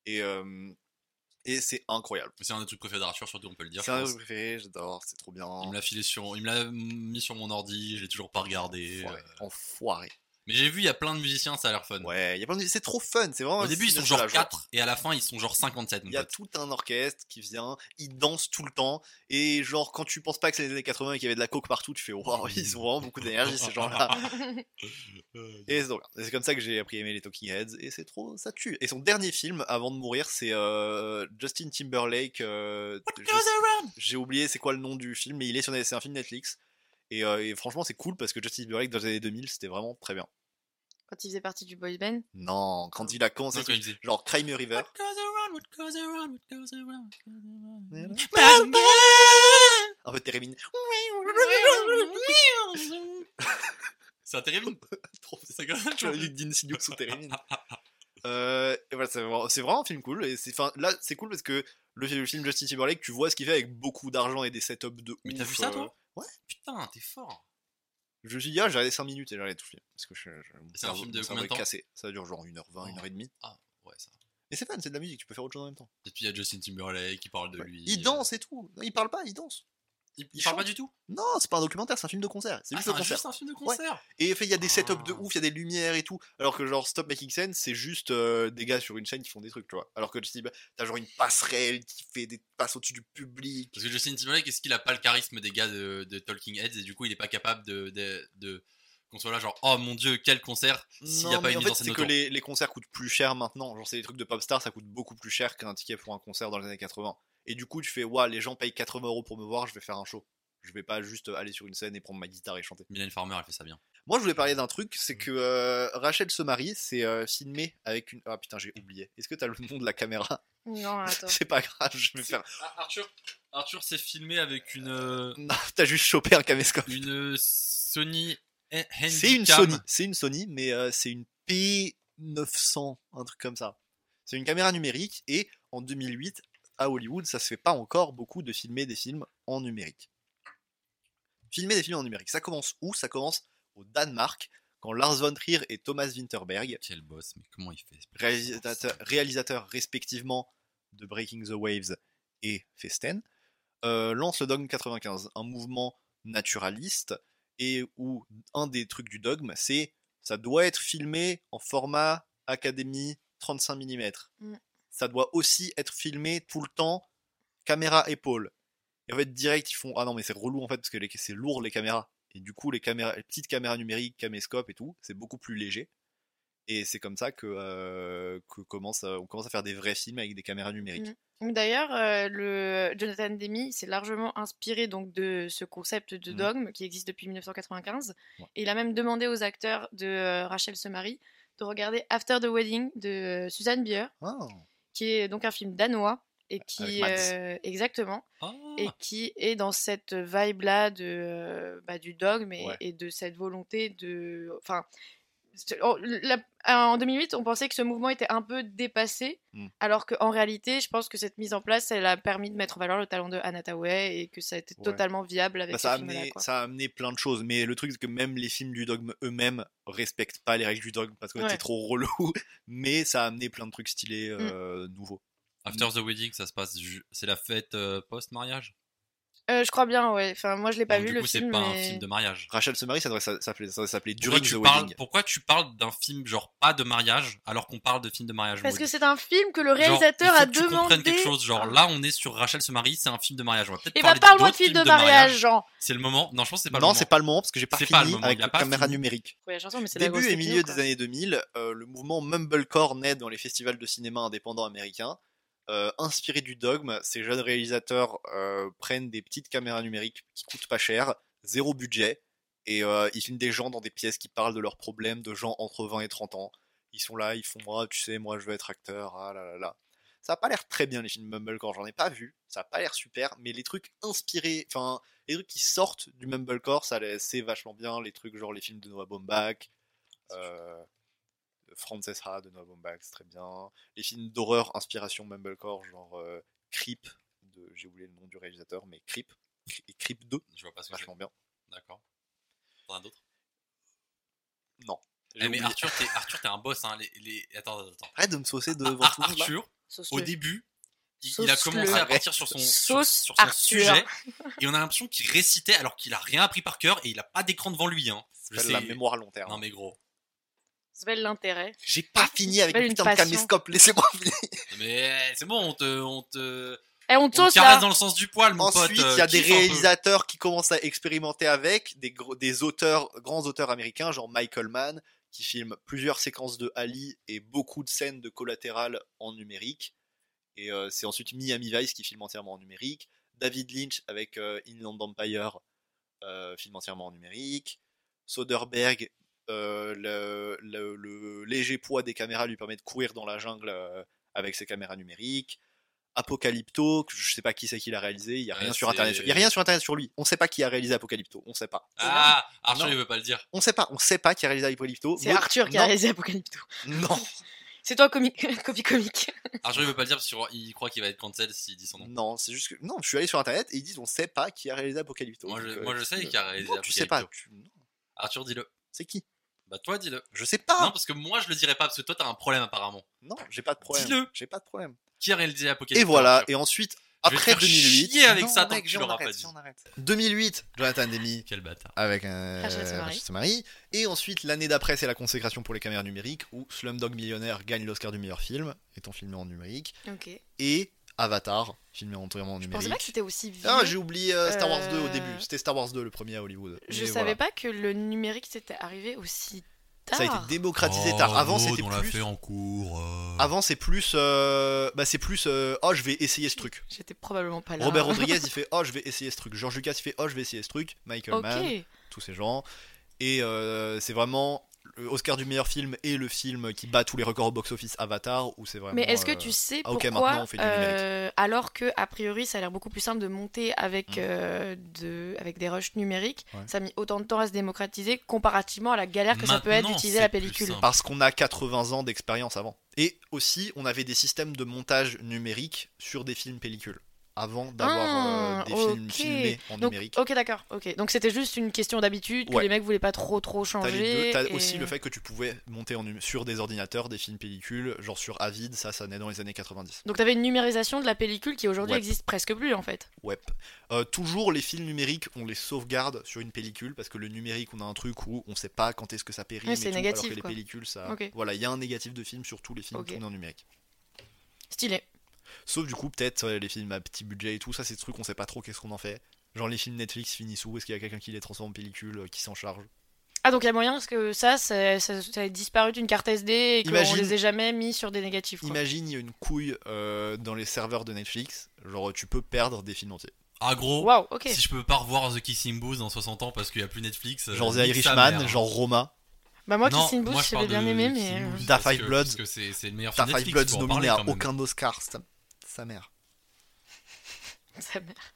Speaker 2: Et, euh, et c'est incroyable.
Speaker 1: C'est un des trucs préférés d'Arthur, surtout, on peut le dire.
Speaker 2: C'est
Speaker 1: je
Speaker 2: un de
Speaker 1: pense.
Speaker 2: mes préférés, j'adore, c'est trop bien.
Speaker 1: Il me l'a filé sur, il me l'a mis sur mon ordi, j'ai toujours pas regardé.
Speaker 2: Enfoiré.
Speaker 1: euh,
Speaker 2: Enfoiré.
Speaker 1: Mais j'ai vu, il y a plein de musiciens, ça a l'air fun.
Speaker 2: Ouais, il y a plein de... c'est trop fun. C'est vraiment
Speaker 1: Au
Speaker 2: un
Speaker 1: début, ils
Speaker 2: film
Speaker 1: sont
Speaker 2: de
Speaker 1: genre
Speaker 2: la joie.
Speaker 1: 4 et à la fin, ils sont genre 57. mon
Speaker 2: Il y a
Speaker 1: pote.
Speaker 2: tout un orchestre qui vient, ils dansent tout le temps, et genre quand tu penses pas que c'est les années 80 et qu'il y avait de la coke partout, tu fais waouh, ils ont vraiment beaucoup d'énergie ces gens-là. Euh, et c'est trop bien. Et c'est comme ça que j'ai appris à aimer les Talking Heads, et c'est trop, ça tue. Et son dernier film avant de mourir, c'est euh, Justin Timberlake. euh, je sais- J'ai oublié c'est quoi le nom du film, mais il est sur c'est un film Netflix. Et, euh, et franchement, c'est cool parce que Justin Timberlake dans les années 2000, c'était vraiment très bien.
Speaker 3: Quand il faisait partie du boys band,
Speaker 2: Non, quand il a commencé,
Speaker 1: Non, quand il disait-
Speaker 2: genre Crime River. Un peu terrible.
Speaker 1: C'est un terrible. Trop, c'est ça,
Speaker 2: Tu vois, Luc Dinsinius sous Térémine. Euh, et voilà, c'est vraiment, c'est vraiment un film cool. Et c'est, enfin, là, c'est cool parce que le, fi- le film Justin Timberlake, tu vois ce qu'il fait avec beaucoup d'argent et des setups de ouf.
Speaker 1: Mais t'as vu ça,
Speaker 2: euh,
Speaker 1: toi
Speaker 2: ouais.
Speaker 1: Putain, t'es fort.
Speaker 2: Je me suis dit, ah, j'ai regardé 5 minutes et j'ai regardé tout le film. Parce que je, je- mon
Speaker 1: C'est un
Speaker 2: cerveau-
Speaker 1: film de
Speaker 2: mon cerveau
Speaker 1: combien de
Speaker 2: est
Speaker 1: temps
Speaker 2: cassé. Ça dure genre 1h20,
Speaker 1: Oh.
Speaker 2: 1h30.
Speaker 1: Ouais, ça.
Speaker 2: Et c'est fun, c'est de la musique, tu peux faire autre chose en même temps.
Speaker 1: Et puis il y a Justin Timberlake qui parle de
Speaker 2: Ouais.
Speaker 1: lui.
Speaker 2: Il danse et tout. Non, il parle pas, il danse.
Speaker 1: Il,
Speaker 2: il
Speaker 1: parle pas
Speaker 2: chante.
Speaker 1: du tout.
Speaker 2: Non, c'est pas un documentaire, c'est un film de concert. C'est
Speaker 1: Ah,
Speaker 2: juste
Speaker 1: c'est
Speaker 2: un
Speaker 1: un-
Speaker 2: concert.
Speaker 1: juste un film de concert.
Speaker 2: Et en fait, il y a des setups de
Speaker 1: Ah.
Speaker 2: ouf, il y a des lumières et tout. Alors que genre Stop Making Sense, c'est juste euh, des gars sur une chaîne qui font des trucs, tu vois. Alors que Justin, Bieber, t'as genre une passerelle qui fait des passes au-dessus du public.
Speaker 1: Parce que Justin Timberlake, est-ce qu'il a pas le charisme des gars de, de Talking Heads et du coup il est pas capable de, de, de- qu'on soit là genre oh mon dieu quel concert s'il n'y a
Speaker 2: Non,
Speaker 1: pas
Speaker 2: mais
Speaker 1: une
Speaker 2: en
Speaker 1: mise en
Speaker 2: fait,
Speaker 1: scène
Speaker 2: c'est que
Speaker 1: autour.
Speaker 2: les, les concerts coûtent plus cher maintenant. Genre, c'est des trucs de pop star, ça coûte beaucoup plus cher qu'un ticket pour un concert dans les années 80. Et du coup, tu fais, waouh, les gens payent 80 euros pour me voir, je vais faire un show. Je vais pas juste aller sur une scène et prendre ma guitare et chanter.
Speaker 1: Mylène Farmer elle fait ça bien.
Speaker 2: Moi, je voulais parler d'un truc,
Speaker 1: Mmh.
Speaker 2: c'est que euh, Rachel se marie, c'est euh, filmé avec une. Ah putain, j'ai oublié. Est-ce que t'as le nom de la caméra
Speaker 3: non, attends.
Speaker 2: C'est pas grave, je vais faire.
Speaker 1: Ah, Arthur Arthur s'est filmé avec une euh,
Speaker 2: Non, t'as juste chopé un caméscope.
Speaker 1: une euh, Sony Hen-
Speaker 2: C'est une
Speaker 1: Handycam.
Speaker 2: Sony, c'est une Sony, mais euh, c'est une P900, un truc comme ça. C'est une caméra numérique et en 2008, à Hollywood, ça se fait pas encore beaucoup de filmer des films en numérique. Filmer des films en numérique, ça commence où Ça commence au Danemark, quand Lars von Trier et Thomas Winterberg,
Speaker 1: Quel boss mais comment il fait
Speaker 2: réalisateurs, réalisateurs respectivement de Breaking the Waves et Festen, euh, lancent le Dogme 95, un mouvement naturaliste, et où un des trucs du dogme, c'est ça doit être filmé en format Académie 35 mm.
Speaker 3: Mm.
Speaker 2: Ça doit aussi être filmé tout le temps caméra épaule. Et en fait, direct, ils font Ah non, mais c'est relou en fait, parce que les- c'est lourd les caméras. Et du coup, les, caméras, les petites caméras numériques, caméscopes et tout, c'est beaucoup plus léger. Et c'est comme ça que, euh, que commence à- on commence à faire des vrais films avec des caméras numériques.
Speaker 3: Mm. D'ailleurs, euh, le Jonathan Demi s'est largement inspiré donc de ce concept de
Speaker 2: Mhm.
Speaker 3: dogme qui existe depuis 1995.
Speaker 2: Ouais.
Speaker 3: Et il a même demandé aux acteurs de euh, Rachel se marie
Speaker 1: Oh.
Speaker 3: de regarder After the Wedding de euh, Suzanne Bier,
Speaker 2: Ah,
Speaker 3: qui est donc un film danois et qui
Speaker 2: Avec Mads.
Speaker 3: euh, exactement
Speaker 1: Ah,
Speaker 3: et qui est dans cette vibe là de euh, bah, du dogme et,
Speaker 2: Ouais.
Speaker 3: et de cette volonté de enfin c'est- en- la- euh, en 2008 on pensait que ce mouvement était un peu dépassé
Speaker 1: Hmm.
Speaker 2: Mm.
Speaker 3: alors qu'en réalité je pense que cette mise en place elle a permis de mettre en valeur le talent de Anna Tawai et que ça a été
Speaker 2: Ouais.
Speaker 3: totalement viable avec
Speaker 2: Bah,
Speaker 3: ce
Speaker 2: ça, a
Speaker 3: film-là,
Speaker 2: amené,
Speaker 3: quoi.
Speaker 2: ça a amené plein de choses, mais le truc c'est que même les films du dogme eux-mêmes respectent pas les règles du dogme parce que
Speaker 3: Ouais. Mmh.
Speaker 2: t'es trop relou, mais ça a amené plein de trucs stylés euh, nouveaux.
Speaker 1: After the wedding, ça se passe. ju- C'est la fête euh, post-mariage.
Speaker 3: Euh, je crois bien ouais enfin moi je l'ai pas
Speaker 1: Donc,
Speaker 3: vu
Speaker 1: du
Speaker 3: le
Speaker 1: coup, c'est
Speaker 3: film
Speaker 1: pas un
Speaker 3: mais-
Speaker 1: film de mariage.
Speaker 2: Rachel se marie, ça devrait s'a- s'appeler- ça devrait s'appeler
Speaker 1: Pourquoi
Speaker 2: During the
Speaker 1: tu, parles,
Speaker 2: Wedding.
Speaker 1: pourquoi tu parles d'un film genre pas de mariage alors qu'on parle de film de mariage
Speaker 3: parce que
Speaker 1: Maud
Speaker 3: c'est un film que le
Speaker 1: Genre, il
Speaker 3: réalisateur
Speaker 1: faut
Speaker 3: a
Speaker 1: que tu comprennes
Speaker 3: demandé
Speaker 1: quelque chose. Genre là, on est sur Rachel se marie, c'est un film de mariage. On va peut-être
Speaker 3: et bah
Speaker 1: parler
Speaker 3: parle-moi de
Speaker 1: d'autres
Speaker 3: film de
Speaker 1: films
Speaker 3: mariage Jean
Speaker 1: C'est le moment. Non, je pense que c'est pas
Speaker 2: non,
Speaker 1: le
Speaker 2: c'est
Speaker 1: moment.
Speaker 2: pas le moment parce que j'ai pas
Speaker 1: C'est
Speaker 2: fini
Speaker 1: pas le moment,
Speaker 2: avec
Speaker 1: il a
Speaker 2: la
Speaker 1: pas
Speaker 2: caméra
Speaker 1: fini.
Speaker 2: numérique.
Speaker 3: Première chanson, mais c'est de la
Speaker 2: Début
Speaker 3: grosse
Speaker 2: et
Speaker 3: techno,
Speaker 2: milieu
Speaker 3: quoi.
Speaker 2: des années 2000, euh, le mouvement Mumblecore naît dans les festivals de cinéma indépendants américains. Euh, inspiré du dogme, ces jeunes réalisateurs euh, prennent des petites caméras numériques qui coûtent pas cher, zéro budget, et euh, ils filment des gens dans des pièces qui parlent de leurs problèmes, de gens entre 20 et 30 ans. Ils sont là, ils font Ah, tu sais, moi je veux être acteur, ah là là là. Ça a pas l'air très bien les films Mumblecore, j'en ai pas vu, ça a pas l'air super, mais les trucs inspirés, enfin, les trucs qui sortent du Mumblecore, ça les- c'est vachement bien, les trucs genre les films de Noah Baumbach, euh, Frances Ha de Noah Baumbach, c'est très bien. Les films d'horreur, inspiration Mumblecore, genre euh, Creep, de, j'ai oublié le nom du réalisateur, mais Creep, Cre- et Creep 2,
Speaker 1: Je vois pas ce que
Speaker 2: vachement bien.
Speaker 1: c'est. D'accord. T'en as d'autres
Speaker 2: Non. Ah
Speaker 1: Eh,
Speaker 2: j'ai
Speaker 1: mais
Speaker 2: oublié.
Speaker 1: Arthur, t'es Arthur, t'es un boss. Hein. Les, les- Attends, attends, attends.
Speaker 2: Arrête de me saucer devant
Speaker 1: Ar-
Speaker 2: tout le monde, là.
Speaker 1: Arthur,
Speaker 3: Sauce
Speaker 1: au
Speaker 3: le-
Speaker 1: début, il,
Speaker 3: Sauce
Speaker 1: il a commencé
Speaker 3: le-
Speaker 1: à partir sur son, sur,
Speaker 3: Sauce
Speaker 1: sur son
Speaker 3: Arthur.
Speaker 1: sujet et on a l'impression qu'il récitait alors qu'il a rien appris par cœur et il a pas d'écran devant lui. Hein. Je
Speaker 2: C'est
Speaker 1: sais.
Speaker 2: la mémoire à long terme.
Speaker 1: Non mais gros.
Speaker 3: Ça s'appelle l'intérêt.
Speaker 2: J'ai pas fini avec
Speaker 3: Belle
Speaker 2: le
Speaker 3: une
Speaker 2: putain
Speaker 3: passion.
Speaker 2: de caméscope, laissez-moi finir.
Speaker 1: Mais c'est bon, on te, on te,
Speaker 3: Eh, on
Speaker 1: on
Speaker 3: te
Speaker 1: te
Speaker 3: sauce
Speaker 1: caresse
Speaker 3: là
Speaker 1: dans le sens du poil, mon pote.
Speaker 2: Ensuite, il y
Speaker 1: euh,
Speaker 2: a des
Speaker 1: kiffe un peu.
Speaker 2: réalisateurs qui commencent à expérimenter avec, des, gros- des auteurs, grands auteurs américains, genre Michael Mann, qui filme plusieurs séquences de Ali et beaucoup de scènes de collatéral en numérique. Et euh, c'est ensuite Miami Vice qui filme entièrement en numérique. David Lynch avec euh, Inland Empire euh, filme entièrement en numérique. Soderbergh, euh, le, le- le léger poids des caméras lui permet de courir dans la jungle euh, avec ses caméras numériques. Apocalypto, que je sais pas qui c'est qui l'a réalisé, il y a
Speaker 1: Ah,
Speaker 2: rien sur
Speaker 1: c'est-
Speaker 2: internet. Il y a rien sur internet sur lui. On sait pas qui a réalisé Apocalypto, on sait pas.
Speaker 1: Ah, Arthur,
Speaker 2: Non.
Speaker 1: il veut pas le dire.
Speaker 2: On sait pas, on sait pas qui a réalisé Apocalypto.
Speaker 3: C'est
Speaker 2: Maud-
Speaker 3: Arthur qui a
Speaker 2: non,
Speaker 3: réalisé Apocalypto.
Speaker 2: Non,
Speaker 3: C'est toi, comi... copie comique.
Speaker 1: Arthur, il veut pas le dire parce qu'il croit qu'il va être cancel s'il dit son nom.
Speaker 2: non, c'est juste que non, je suis allé sur internet et ils disent on sait pas qui a réalisé Apocalypto.
Speaker 1: Moi, je-
Speaker 2: Donc,
Speaker 1: moi, je sais
Speaker 2: euh,
Speaker 1: qui a réalisé
Speaker 2: non, tu sais pas.
Speaker 1: Apocalypto.
Speaker 2: tu- non,
Speaker 1: Arthur, dis-le.
Speaker 2: C'est qui
Speaker 1: Bah toi, dis-le.
Speaker 2: Je sais pas.
Speaker 1: Non, parce que moi, je le dirais pas parce que toi, t'as un problème apparemment.
Speaker 2: Non, j'ai pas de problème.
Speaker 1: Dis-le.
Speaker 2: J'ai pas de problème.
Speaker 1: Qui a réalisé Apocalypse
Speaker 2: Et voilà, et ensuite,
Speaker 1: Je vais te
Speaker 2: après
Speaker 1: faire
Speaker 2: 2008.
Speaker 1: chier avec
Speaker 2: Non,
Speaker 1: ça tant que tu
Speaker 2: viens, on
Speaker 1: l'auras
Speaker 2: arrête,
Speaker 1: pas dit.
Speaker 2: viens, on arrête. 2008, Jonathan Demi
Speaker 1: Quel bâtard.
Speaker 2: avec un
Speaker 3: Rachel se marie.
Speaker 2: Rachel se marie. Et ensuite, l'année d'après, c'est la consécration pour les caméras numériques où Slumdog Millionnaire gagne l'Oscar du meilleur film, étant filmé en numérique.
Speaker 3: Ok.
Speaker 2: Et Avatar, filmé entièrement en
Speaker 3: Je pensais pas que
Speaker 2: numérique.
Speaker 3: c'était aussi vieux.
Speaker 2: Ah, j'ai oublié euh, Star Wars 2 au
Speaker 3: Euh,
Speaker 2: début. C'était Star Wars 2, le premier à Hollywood.
Speaker 3: Je
Speaker 2: Mais
Speaker 3: savais
Speaker 2: voilà.
Speaker 3: pas que le numérique c'était arrivé aussi tard.
Speaker 2: Ça a été démocratisé tard.
Speaker 1: Oh,
Speaker 2: Avant, c'était plus.
Speaker 1: en cours.
Speaker 2: Avant, c'est plus. euh, Bah, c'est plus. euh, Oh, je vais essayer ce truc.
Speaker 3: J'étais probablement pas là.
Speaker 2: Robert Rodriguez, il fait Oh, je vais essayer ce truc. George Lucas, il fait Oh, je vais essayer ce truc. Michael
Speaker 3: Ok.
Speaker 2: Mann, tous ces gens. Et euh, c'est vraiment le Oscar du meilleur film et le film qui bat tous les records au box-office Avatar. Où c'est vraiment.
Speaker 3: Mais est-ce que
Speaker 2: euh,
Speaker 3: tu sais
Speaker 2: ah, ok,
Speaker 3: pourquoi,
Speaker 2: maintenant, on fait du numérique.
Speaker 3: euh, alors que a priori ça a l'air beaucoup plus simple de monter avec, euh, de, avec des rushs numériques,
Speaker 2: Mm. Ouais.
Speaker 3: ça a mis autant de temps à se démocratiser comparativement à la galère que ça peut être
Speaker 1: Maintenant,
Speaker 3: d'utiliser
Speaker 1: c'est
Speaker 3: la
Speaker 1: plus
Speaker 3: pellicule.
Speaker 1: simple.
Speaker 2: Parce qu'on a 80 ans d'expérience avant. Et aussi, on avait des systèmes de montage numérique sur des films pellicules. Avant d'avoir
Speaker 3: Ah,
Speaker 2: euh, des films
Speaker 3: ok.
Speaker 2: filmés en
Speaker 3: Donc,
Speaker 2: numérique.
Speaker 3: ok, d'accord. Ok, donc c'était juste une question d'habitude que
Speaker 2: Ouais.
Speaker 3: les mecs voulaient pas trop trop
Speaker 2: T'as les
Speaker 3: changer.
Speaker 2: deux. T'as
Speaker 3: et-
Speaker 2: aussi le fait que tu pouvais monter en num- sur des ordinateurs des films pellicules, genre sur Avid, ça, ça naît dans les années 90.
Speaker 3: Donc t'avais une numérisation de la pellicule qui aujourd'hui
Speaker 2: Ouais.
Speaker 3: existe presque plus en fait.
Speaker 2: Ouais. Euh, toujours les films numériques, on les sauvegarde sur une pellicule parce que le numérique, on a un truc où on sait pas quand est-ce que ça périme.
Speaker 3: Ouais,
Speaker 2: et
Speaker 3: c'est
Speaker 2: tout,
Speaker 3: négatif,
Speaker 2: Alors que les
Speaker 3: quoi.
Speaker 2: pellicules, ça.
Speaker 3: Ok.
Speaker 2: Voilà, il y a un négatif de film sur tous les films
Speaker 3: Ok.
Speaker 2: tournés en numérique.
Speaker 3: Stylé.
Speaker 2: Sauf du coup, peut-être euh, les films à petit budget et tout, ça, c'est des trucs on sait pas trop qu'est-ce qu'on en fait. Genre les films Netflix finissent où Est-ce qu'il y a quelqu'un qui les transforme en pellicule, euh, qui s'en charge
Speaker 3: Ah donc il y a moyen parce que ça, ça, ça, ça a disparu d'une carte SD et qu'on
Speaker 2: Imagine-
Speaker 3: les ait jamais mis sur des négatifs. quoi.
Speaker 2: Imagine, il y a une couille euh, dans les serveurs de Netflix, genre tu peux perdre des films entiers.
Speaker 1: Ah gros.
Speaker 3: Waouh, ok.
Speaker 1: Si je peux pas revoir The Kissing Booth dans 60 ans parce qu'il y a plus Netflix. euh,
Speaker 2: Genre The
Speaker 1: nique sa
Speaker 2: Irishman,
Speaker 1: mère.
Speaker 2: genre Roma,
Speaker 3: Bah moi,
Speaker 1: Non,
Speaker 3: Kissing Booth,
Speaker 1: moi, je parle
Speaker 3: j'avais bien
Speaker 1: de
Speaker 3: aimé,
Speaker 1: Kissing
Speaker 3: mais... euh,
Speaker 1: Booth
Speaker 2: Da
Speaker 1: parce
Speaker 2: Five
Speaker 1: que-
Speaker 2: Bloods.
Speaker 1: parce que c'est c'est le meilleur
Speaker 2: t'as
Speaker 1: film
Speaker 2: Five
Speaker 1: Netflix.
Speaker 2: Bloods
Speaker 1: faut en
Speaker 2: nominé
Speaker 1: parler
Speaker 2: à
Speaker 1: quand même.
Speaker 2: aucun Oscar, sa- sa mère.
Speaker 3: Sa mère.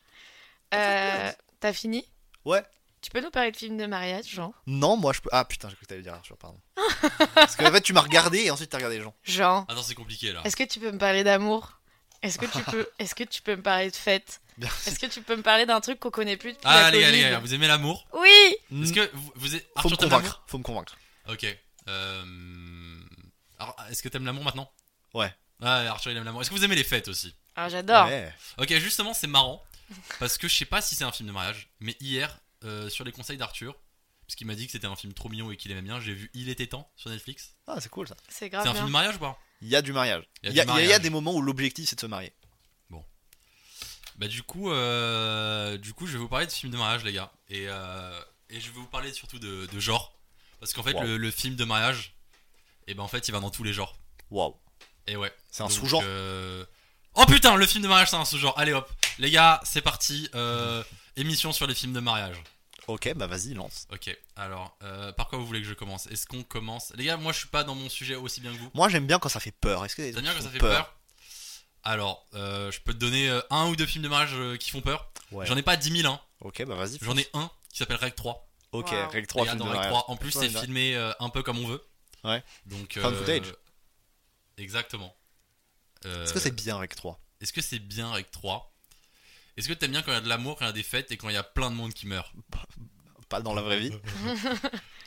Speaker 3: Euh, T'as fini
Speaker 2: Ouais.
Speaker 3: Tu peux nous parler de films de mariage, Jean
Speaker 2: Non, moi je peux. Ah putain, j'ai cru que t'allais dire Arthur, pardon. Parce qu'en fait, tu m'as regardé et ensuite t'as regardé les gens.
Speaker 3: Jean,
Speaker 1: Attends, c'est compliqué là.
Speaker 3: est-ce que tu peux me parler d'amour Est-ce que tu peux Est-ce que tu peux me parler de fête
Speaker 2: Merci.
Speaker 3: Est-ce que tu peux me parler d'un truc qu'on connaît plus depuis
Speaker 1: Ah,
Speaker 3: la
Speaker 1: les gars, les
Speaker 3: Covid
Speaker 1: gars, vous aimez l'amour
Speaker 3: Oui
Speaker 1: Est-ce que vous, vous êtes.
Speaker 2: Hmm. Faut me
Speaker 1: Arthur, t'aimes l'amour
Speaker 2: convaincre. Faut me convaincre.
Speaker 1: Ok. Euh... Alors, est-ce que t'aimes l'amour maintenant
Speaker 2: Ouais.
Speaker 1: Ouais, Arthur, il aime l'amour. Est-ce que vous aimez les fêtes aussi
Speaker 3: Ah, j'adore.
Speaker 2: Ouais.
Speaker 1: Ok, justement, c'est marrant. Parce que je sais pas si c'est un film de mariage, mais hier, euh, sur les conseils d'Arthur, parce qu'il m'a dit que c'était un film trop mignon et qu'il aimait bien, j'ai vu Il était temps sur Netflix.
Speaker 2: Ah, c'est cool ça.
Speaker 3: C'est
Speaker 1: C'est
Speaker 3: grave
Speaker 1: un film
Speaker 3: bien.
Speaker 1: de mariage ou pas
Speaker 2: Il y a du mariage.
Speaker 1: Il y a
Speaker 2: Il y a,
Speaker 1: du
Speaker 2: il y a- il y a
Speaker 1: mariage.
Speaker 2: des moments où l'objectif c'est de se marier.
Speaker 1: Bah du coup, euh, du coup, je vais vous parler de film de mariage, les gars, et, euh, et je vais vous parler surtout de, de genre, parce qu'en fait,
Speaker 2: Wow.
Speaker 1: le, le film de mariage, et ben en fait, il va dans tous les genres.
Speaker 2: Waouh.
Speaker 1: Et ouais.
Speaker 2: C'est un
Speaker 1: Donc,
Speaker 2: sous-genre.
Speaker 1: euh, Oh putain, le film de mariage, c'est un sous-genre. Allez hop, les gars, c'est parti. euh, émission sur les films de mariage.
Speaker 2: Ok, bah vas-y, lance.
Speaker 1: Ok. Alors, euh, par quoi vous voulez que je commence Est-ce qu'on commence Les gars, moi, je suis pas dans mon sujet aussi bien que vous.
Speaker 2: Moi j'aime bien quand ça fait peur. Est-ce que
Speaker 1: T'aimes
Speaker 2: les
Speaker 1: bien quand ça fait peur, Alors, euh, je peux te donner euh, un ou deux films de mariage euh, qui font peur.
Speaker 2: Ouais.
Speaker 1: J'en ai pas 10 000, hein.
Speaker 2: Ok, bah vas-y.
Speaker 1: J'en ai un qui s'appelle Rec 3.
Speaker 2: Ok,
Speaker 3: Wow.
Speaker 2: règle 3
Speaker 1: Les gars,
Speaker 2: films
Speaker 1: dans
Speaker 2: de
Speaker 1: Rec
Speaker 2: mariage.
Speaker 1: 3. En plus,
Speaker 2: Attends,
Speaker 1: c'est
Speaker 2: il y en a-
Speaker 1: filmé euh, un peu comme on veut.
Speaker 2: Ouais.
Speaker 1: Donc, euh,
Speaker 2: Found footage.
Speaker 1: Exactement. Euh,
Speaker 2: Est-ce que c'est bien règle 3
Speaker 1: Est-ce que c'est bien Rec 3 Est-ce que t'aimes bien quand il y a de l'amour, quand il y a des fêtes et quand il y a plein de monde qui meurt
Speaker 2: Pas dans la vraie vie.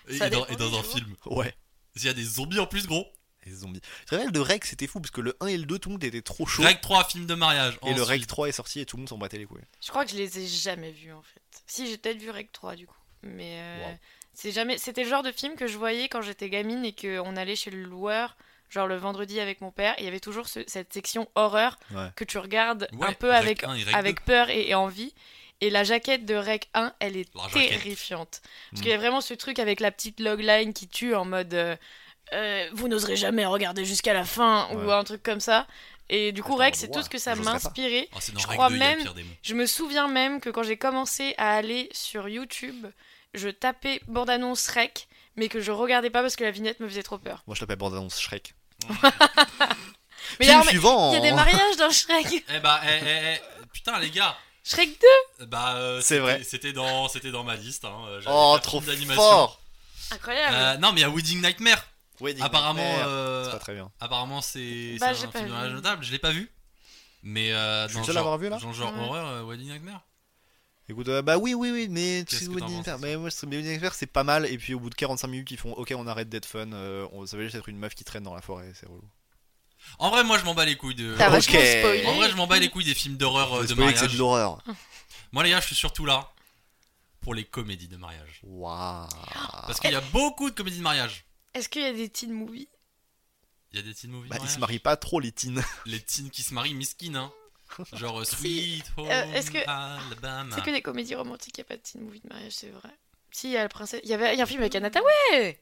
Speaker 1: Et,
Speaker 3: Ça
Speaker 1: et dans,
Speaker 3: dépend
Speaker 1: et dans
Speaker 3: des
Speaker 1: un
Speaker 3: jours.
Speaker 1: film.
Speaker 2: Ouais.
Speaker 1: S'il y a des zombies en plus, gros.
Speaker 2: Les zombies. Je te rappelle, le règle c'était fou parce que le 1 et le 2, tout le monde était trop chaud.
Speaker 1: Rec 3, film de mariage.
Speaker 2: Et le
Speaker 1: Ensuite,
Speaker 2: règle 3 est sorti et tout le monde s'en battait les couilles.
Speaker 3: Je crois que je les ai jamais vus en fait. Si j'ai peut-être vu Rec 3 du coup, mais euh,
Speaker 2: Wow.
Speaker 3: c'est jamais. C'était le genre de film que je voyais quand j'étais gamine et que on allait chez le loueur, genre le vendredi avec mon père. et Il y avait toujours ce- cette section horreur
Speaker 2: Ouais.
Speaker 3: que tu regardes
Speaker 1: Ouais,
Speaker 3: un peu
Speaker 1: Rec
Speaker 3: avec
Speaker 1: 1 et Rec
Speaker 3: avec peur et, et envie. Et la jaquette de Rec 1, elle est
Speaker 1: La jaquette.
Speaker 3: terrifiante. Parce
Speaker 2: Mm.
Speaker 3: qu'il y a vraiment ce truc avec la petite logline qui tue en mode euh, Euh, Vous n'oserez jamais regarder jusqu'à la fin ou
Speaker 2: Ouais.
Speaker 3: un truc comme ça. Et du coup,
Speaker 2: Attends,
Speaker 3: Rec,
Speaker 2: on
Speaker 3: c'est
Speaker 2: voit.
Speaker 3: tout ce que ça
Speaker 2: J'oserais pas.
Speaker 3: m'a inspiré.
Speaker 1: Ah, c'est dans
Speaker 3: Je
Speaker 1: Rec
Speaker 3: crois
Speaker 1: 2, il y a
Speaker 3: même-
Speaker 1: le pire démon.
Speaker 3: Je me souviens même que quand j'ai commencé à aller sur YouTube, je tapais bande-annonce Rec, mais que je regardais pas parce que la vignette me faisait trop peur.
Speaker 2: Moi je l'appelle bande-annonce Shrek.
Speaker 3: Mais
Speaker 2: Film
Speaker 3: alors, mais-
Speaker 2: suivant
Speaker 3: il y a des
Speaker 2: en-
Speaker 3: mariages dans Shrek
Speaker 1: Eh bah, eh, eh, eh, putain, les gars.
Speaker 3: Shrek 2
Speaker 1: Bah, euh,
Speaker 2: C'est
Speaker 1: c'était-
Speaker 2: vrai.
Speaker 1: C'était dans, c'était dans ma liste. Hein. euh, j'avais
Speaker 2: Oh,
Speaker 1: quatre
Speaker 2: trop
Speaker 1: films d'animation.
Speaker 2: fort
Speaker 3: Incroyable
Speaker 1: Euh, non, mais il y a Wedding Nightmare.
Speaker 2: Wedding
Speaker 1: apparemment,
Speaker 2: Nightmare.
Speaker 1: euh,
Speaker 2: C'est pas très bien.
Speaker 1: apparemment, c'est
Speaker 3: Bah,
Speaker 1: c'est
Speaker 3: j'ai
Speaker 1: un
Speaker 3: pas
Speaker 1: film de
Speaker 3: vu.
Speaker 1: mariage notable. Je l'ai pas vu. Mais euh,
Speaker 2: Je suis
Speaker 1: dans
Speaker 2: le
Speaker 1: le
Speaker 2: seul
Speaker 1: genre,
Speaker 2: à l'avoir vu, là Ah
Speaker 1: dans le genre
Speaker 3: Ouais.
Speaker 1: horreur, euh, Wedding Nightmare.
Speaker 2: Écoute, euh, bah oui, oui, oui, mais tu
Speaker 1: Qu'est-ce
Speaker 2: sais,
Speaker 1: que
Speaker 2: Wedding
Speaker 1: t'en penses,
Speaker 2: Nightmare, mais moi, je trouve Wedding Nightmare, c'est pas mal. Et puis au bout de 45 minutes, ils font Ok, on arrête d'être fun. euh, on savait juste être une meuf qui traîne dans la forêt, c'est relou.
Speaker 1: En vrai, moi, je m'en bats les couilles de.
Speaker 3: T'as
Speaker 2: Ok.
Speaker 3: vachement spoilé.
Speaker 1: En vrai, je m'en bats les couilles des films d'horreur euh,
Speaker 2: Faut
Speaker 1: de
Speaker 2: spoiler que c'est de
Speaker 1: mariage.
Speaker 2: l'horreur.
Speaker 1: Moi, les gars, je suis surtout là pour les comédies de mariage.
Speaker 2: Waouh.
Speaker 3: Ah.
Speaker 1: Parce qu'il y a beaucoup de comédies de mariage.
Speaker 3: Est-ce qu'il y a des teen movies
Speaker 1: Il y a des teen movies.
Speaker 2: Bah,
Speaker 1: de
Speaker 2: ils
Speaker 1: mariage.
Speaker 2: se marient pas trop, les teens.
Speaker 1: Les teens qui se marient, miskin, hein. Genre euh, Sweet Home
Speaker 3: Euh, est-ce que-
Speaker 1: Alabama.
Speaker 3: C'est que des comédies romantiques, il n'y a pas de teen movie de mariage, c'est vrai. Si, il y a la princesse. Il y, avait... il y a un film avec Anna Tawai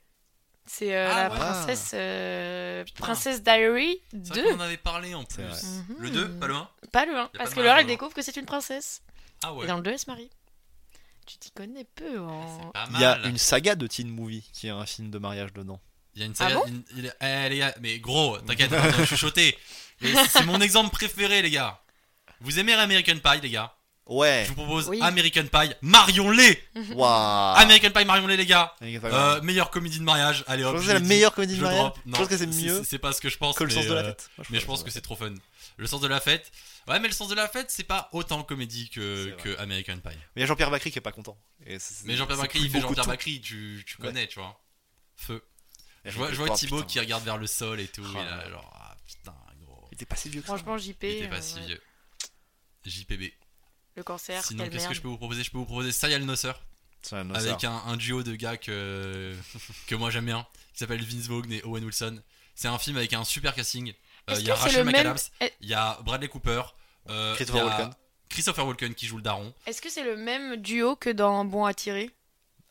Speaker 3: C'est euh,
Speaker 1: Ah
Speaker 3: la
Speaker 1: ouais.
Speaker 3: princesse. euh,
Speaker 1: Putain.
Speaker 3: Princesse Diary
Speaker 1: C'est vrai
Speaker 3: 2.
Speaker 1: qu'on en avait parlé en plus.
Speaker 2: vrai.
Speaker 3: Mhm.
Speaker 1: Le 2, pas le 1
Speaker 3: Pas le 1,
Speaker 1: pas
Speaker 3: parce
Speaker 1: de mariage
Speaker 3: que Laura, elle
Speaker 1: dans le
Speaker 3: découvre que c'est une princesse.
Speaker 1: Ah ouais. Ah,
Speaker 3: Et dans le 2, elle se marie. Tu t'y connais peu en.
Speaker 1: C'est pas
Speaker 2: Il y a
Speaker 1: mal.
Speaker 2: une saga de teen movie qui a un film de mariage dedans.
Speaker 1: Il y a une saga.
Speaker 3: Ah bon
Speaker 1: une- il- Eh les gars, mais gros, t'inquiète, attends, je suis choté. Mais c'est- C'est mon exemple préféré, les gars. Vous aimez American Pie, les gars
Speaker 2: Ouais.
Speaker 1: Je vous propose
Speaker 3: Oui.
Speaker 1: American Pie, marions-les
Speaker 2: Waouh.
Speaker 1: Ah. American Pie, marions-les, les gars
Speaker 2: Avec-
Speaker 1: Euh, Meilleure comédie de mariage, allez
Speaker 2: Je
Speaker 1: hop.
Speaker 2: pense que
Speaker 1: je
Speaker 2: c'est la
Speaker 1: l'ai dit,
Speaker 2: meilleure comédie de
Speaker 1: je
Speaker 2: mariage.
Speaker 1: drop.
Speaker 2: Je
Speaker 1: Non,
Speaker 2: pense que c'est mieux
Speaker 1: c'est- C'est pas ce que je pense.
Speaker 2: que le
Speaker 1: mais,
Speaker 2: sens de la
Speaker 1: euh,
Speaker 2: fête. Moi,
Speaker 1: Mais je pense que c'est trop fun. Le sens de la fête. Ouais, mais le sens de la fête, c'est pas autant comédie que,
Speaker 2: C'est vrai.
Speaker 1: que American Pie.
Speaker 2: Mais il y a Jean-Pierre Bacri qui est pas content. Et c'est-
Speaker 1: Mais Jean-Pierre
Speaker 2: c'est
Speaker 1: Bacri,
Speaker 2: plus
Speaker 1: il fait
Speaker 2: beaucoup de
Speaker 1: Jean-Pierre
Speaker 2: tout.
Speaker 1: Bacri, tu, tu
Speaker 2: Ouais.
Speaker 1: connais, tu vois. Feu. Je vois, je vois
Speaker 2: Oh,
Speaker 1: Thibaut
Speaker 2: putain.
Speaker 1: qui regarde vers le sol et tout.
Speaker 2: Ah.
Speaker 1: il a genre, ah putain, gros.
Speaker 2: Il était pas si vieux que ça.
Speaker 3: Franchement, JP.
Speaker 1: hein. Il était pas
Speaker 3: euh,
Speaker 1: si
Speaker 3: ouais.
Speaker 1: vieux. JPB.
Speaker 3: Le cancer,
Speaker 1: Sinon,
Speaker 3: quelle
Speaker 1: qu'est-ce que
Speaker 3: merde.
Speaker 1: je peux vous proposer Je peux vous proposer Sayal Nosser
Speaker 2: C'est un ossard.
Speaker 1: avec un, un duo de gars que, que moi j'aime bien qui s'appelle Vince Vaughn et Owen Wilson. C'est un film avec un super casting. Euh,
Speaker 3: Est-ce
Speaker 1: Il y
Speaker 3: que
Speaker 1: a
Speaker 3: c'est le
Speaker 1: Rachel
Speaker 3: même
Speaker 1: McAdams,
Speaker 3: est-
Speaker 1: il y a Bradley Cooper, euh, il y
Speaker 2: Christopher
Speaker 1: a
Speaker 2: Walken.
Speaker 1: Christopher Walken qui joue le daron.
Speaker 3: Est-ce que c'est le même duo que dans Bon à tirer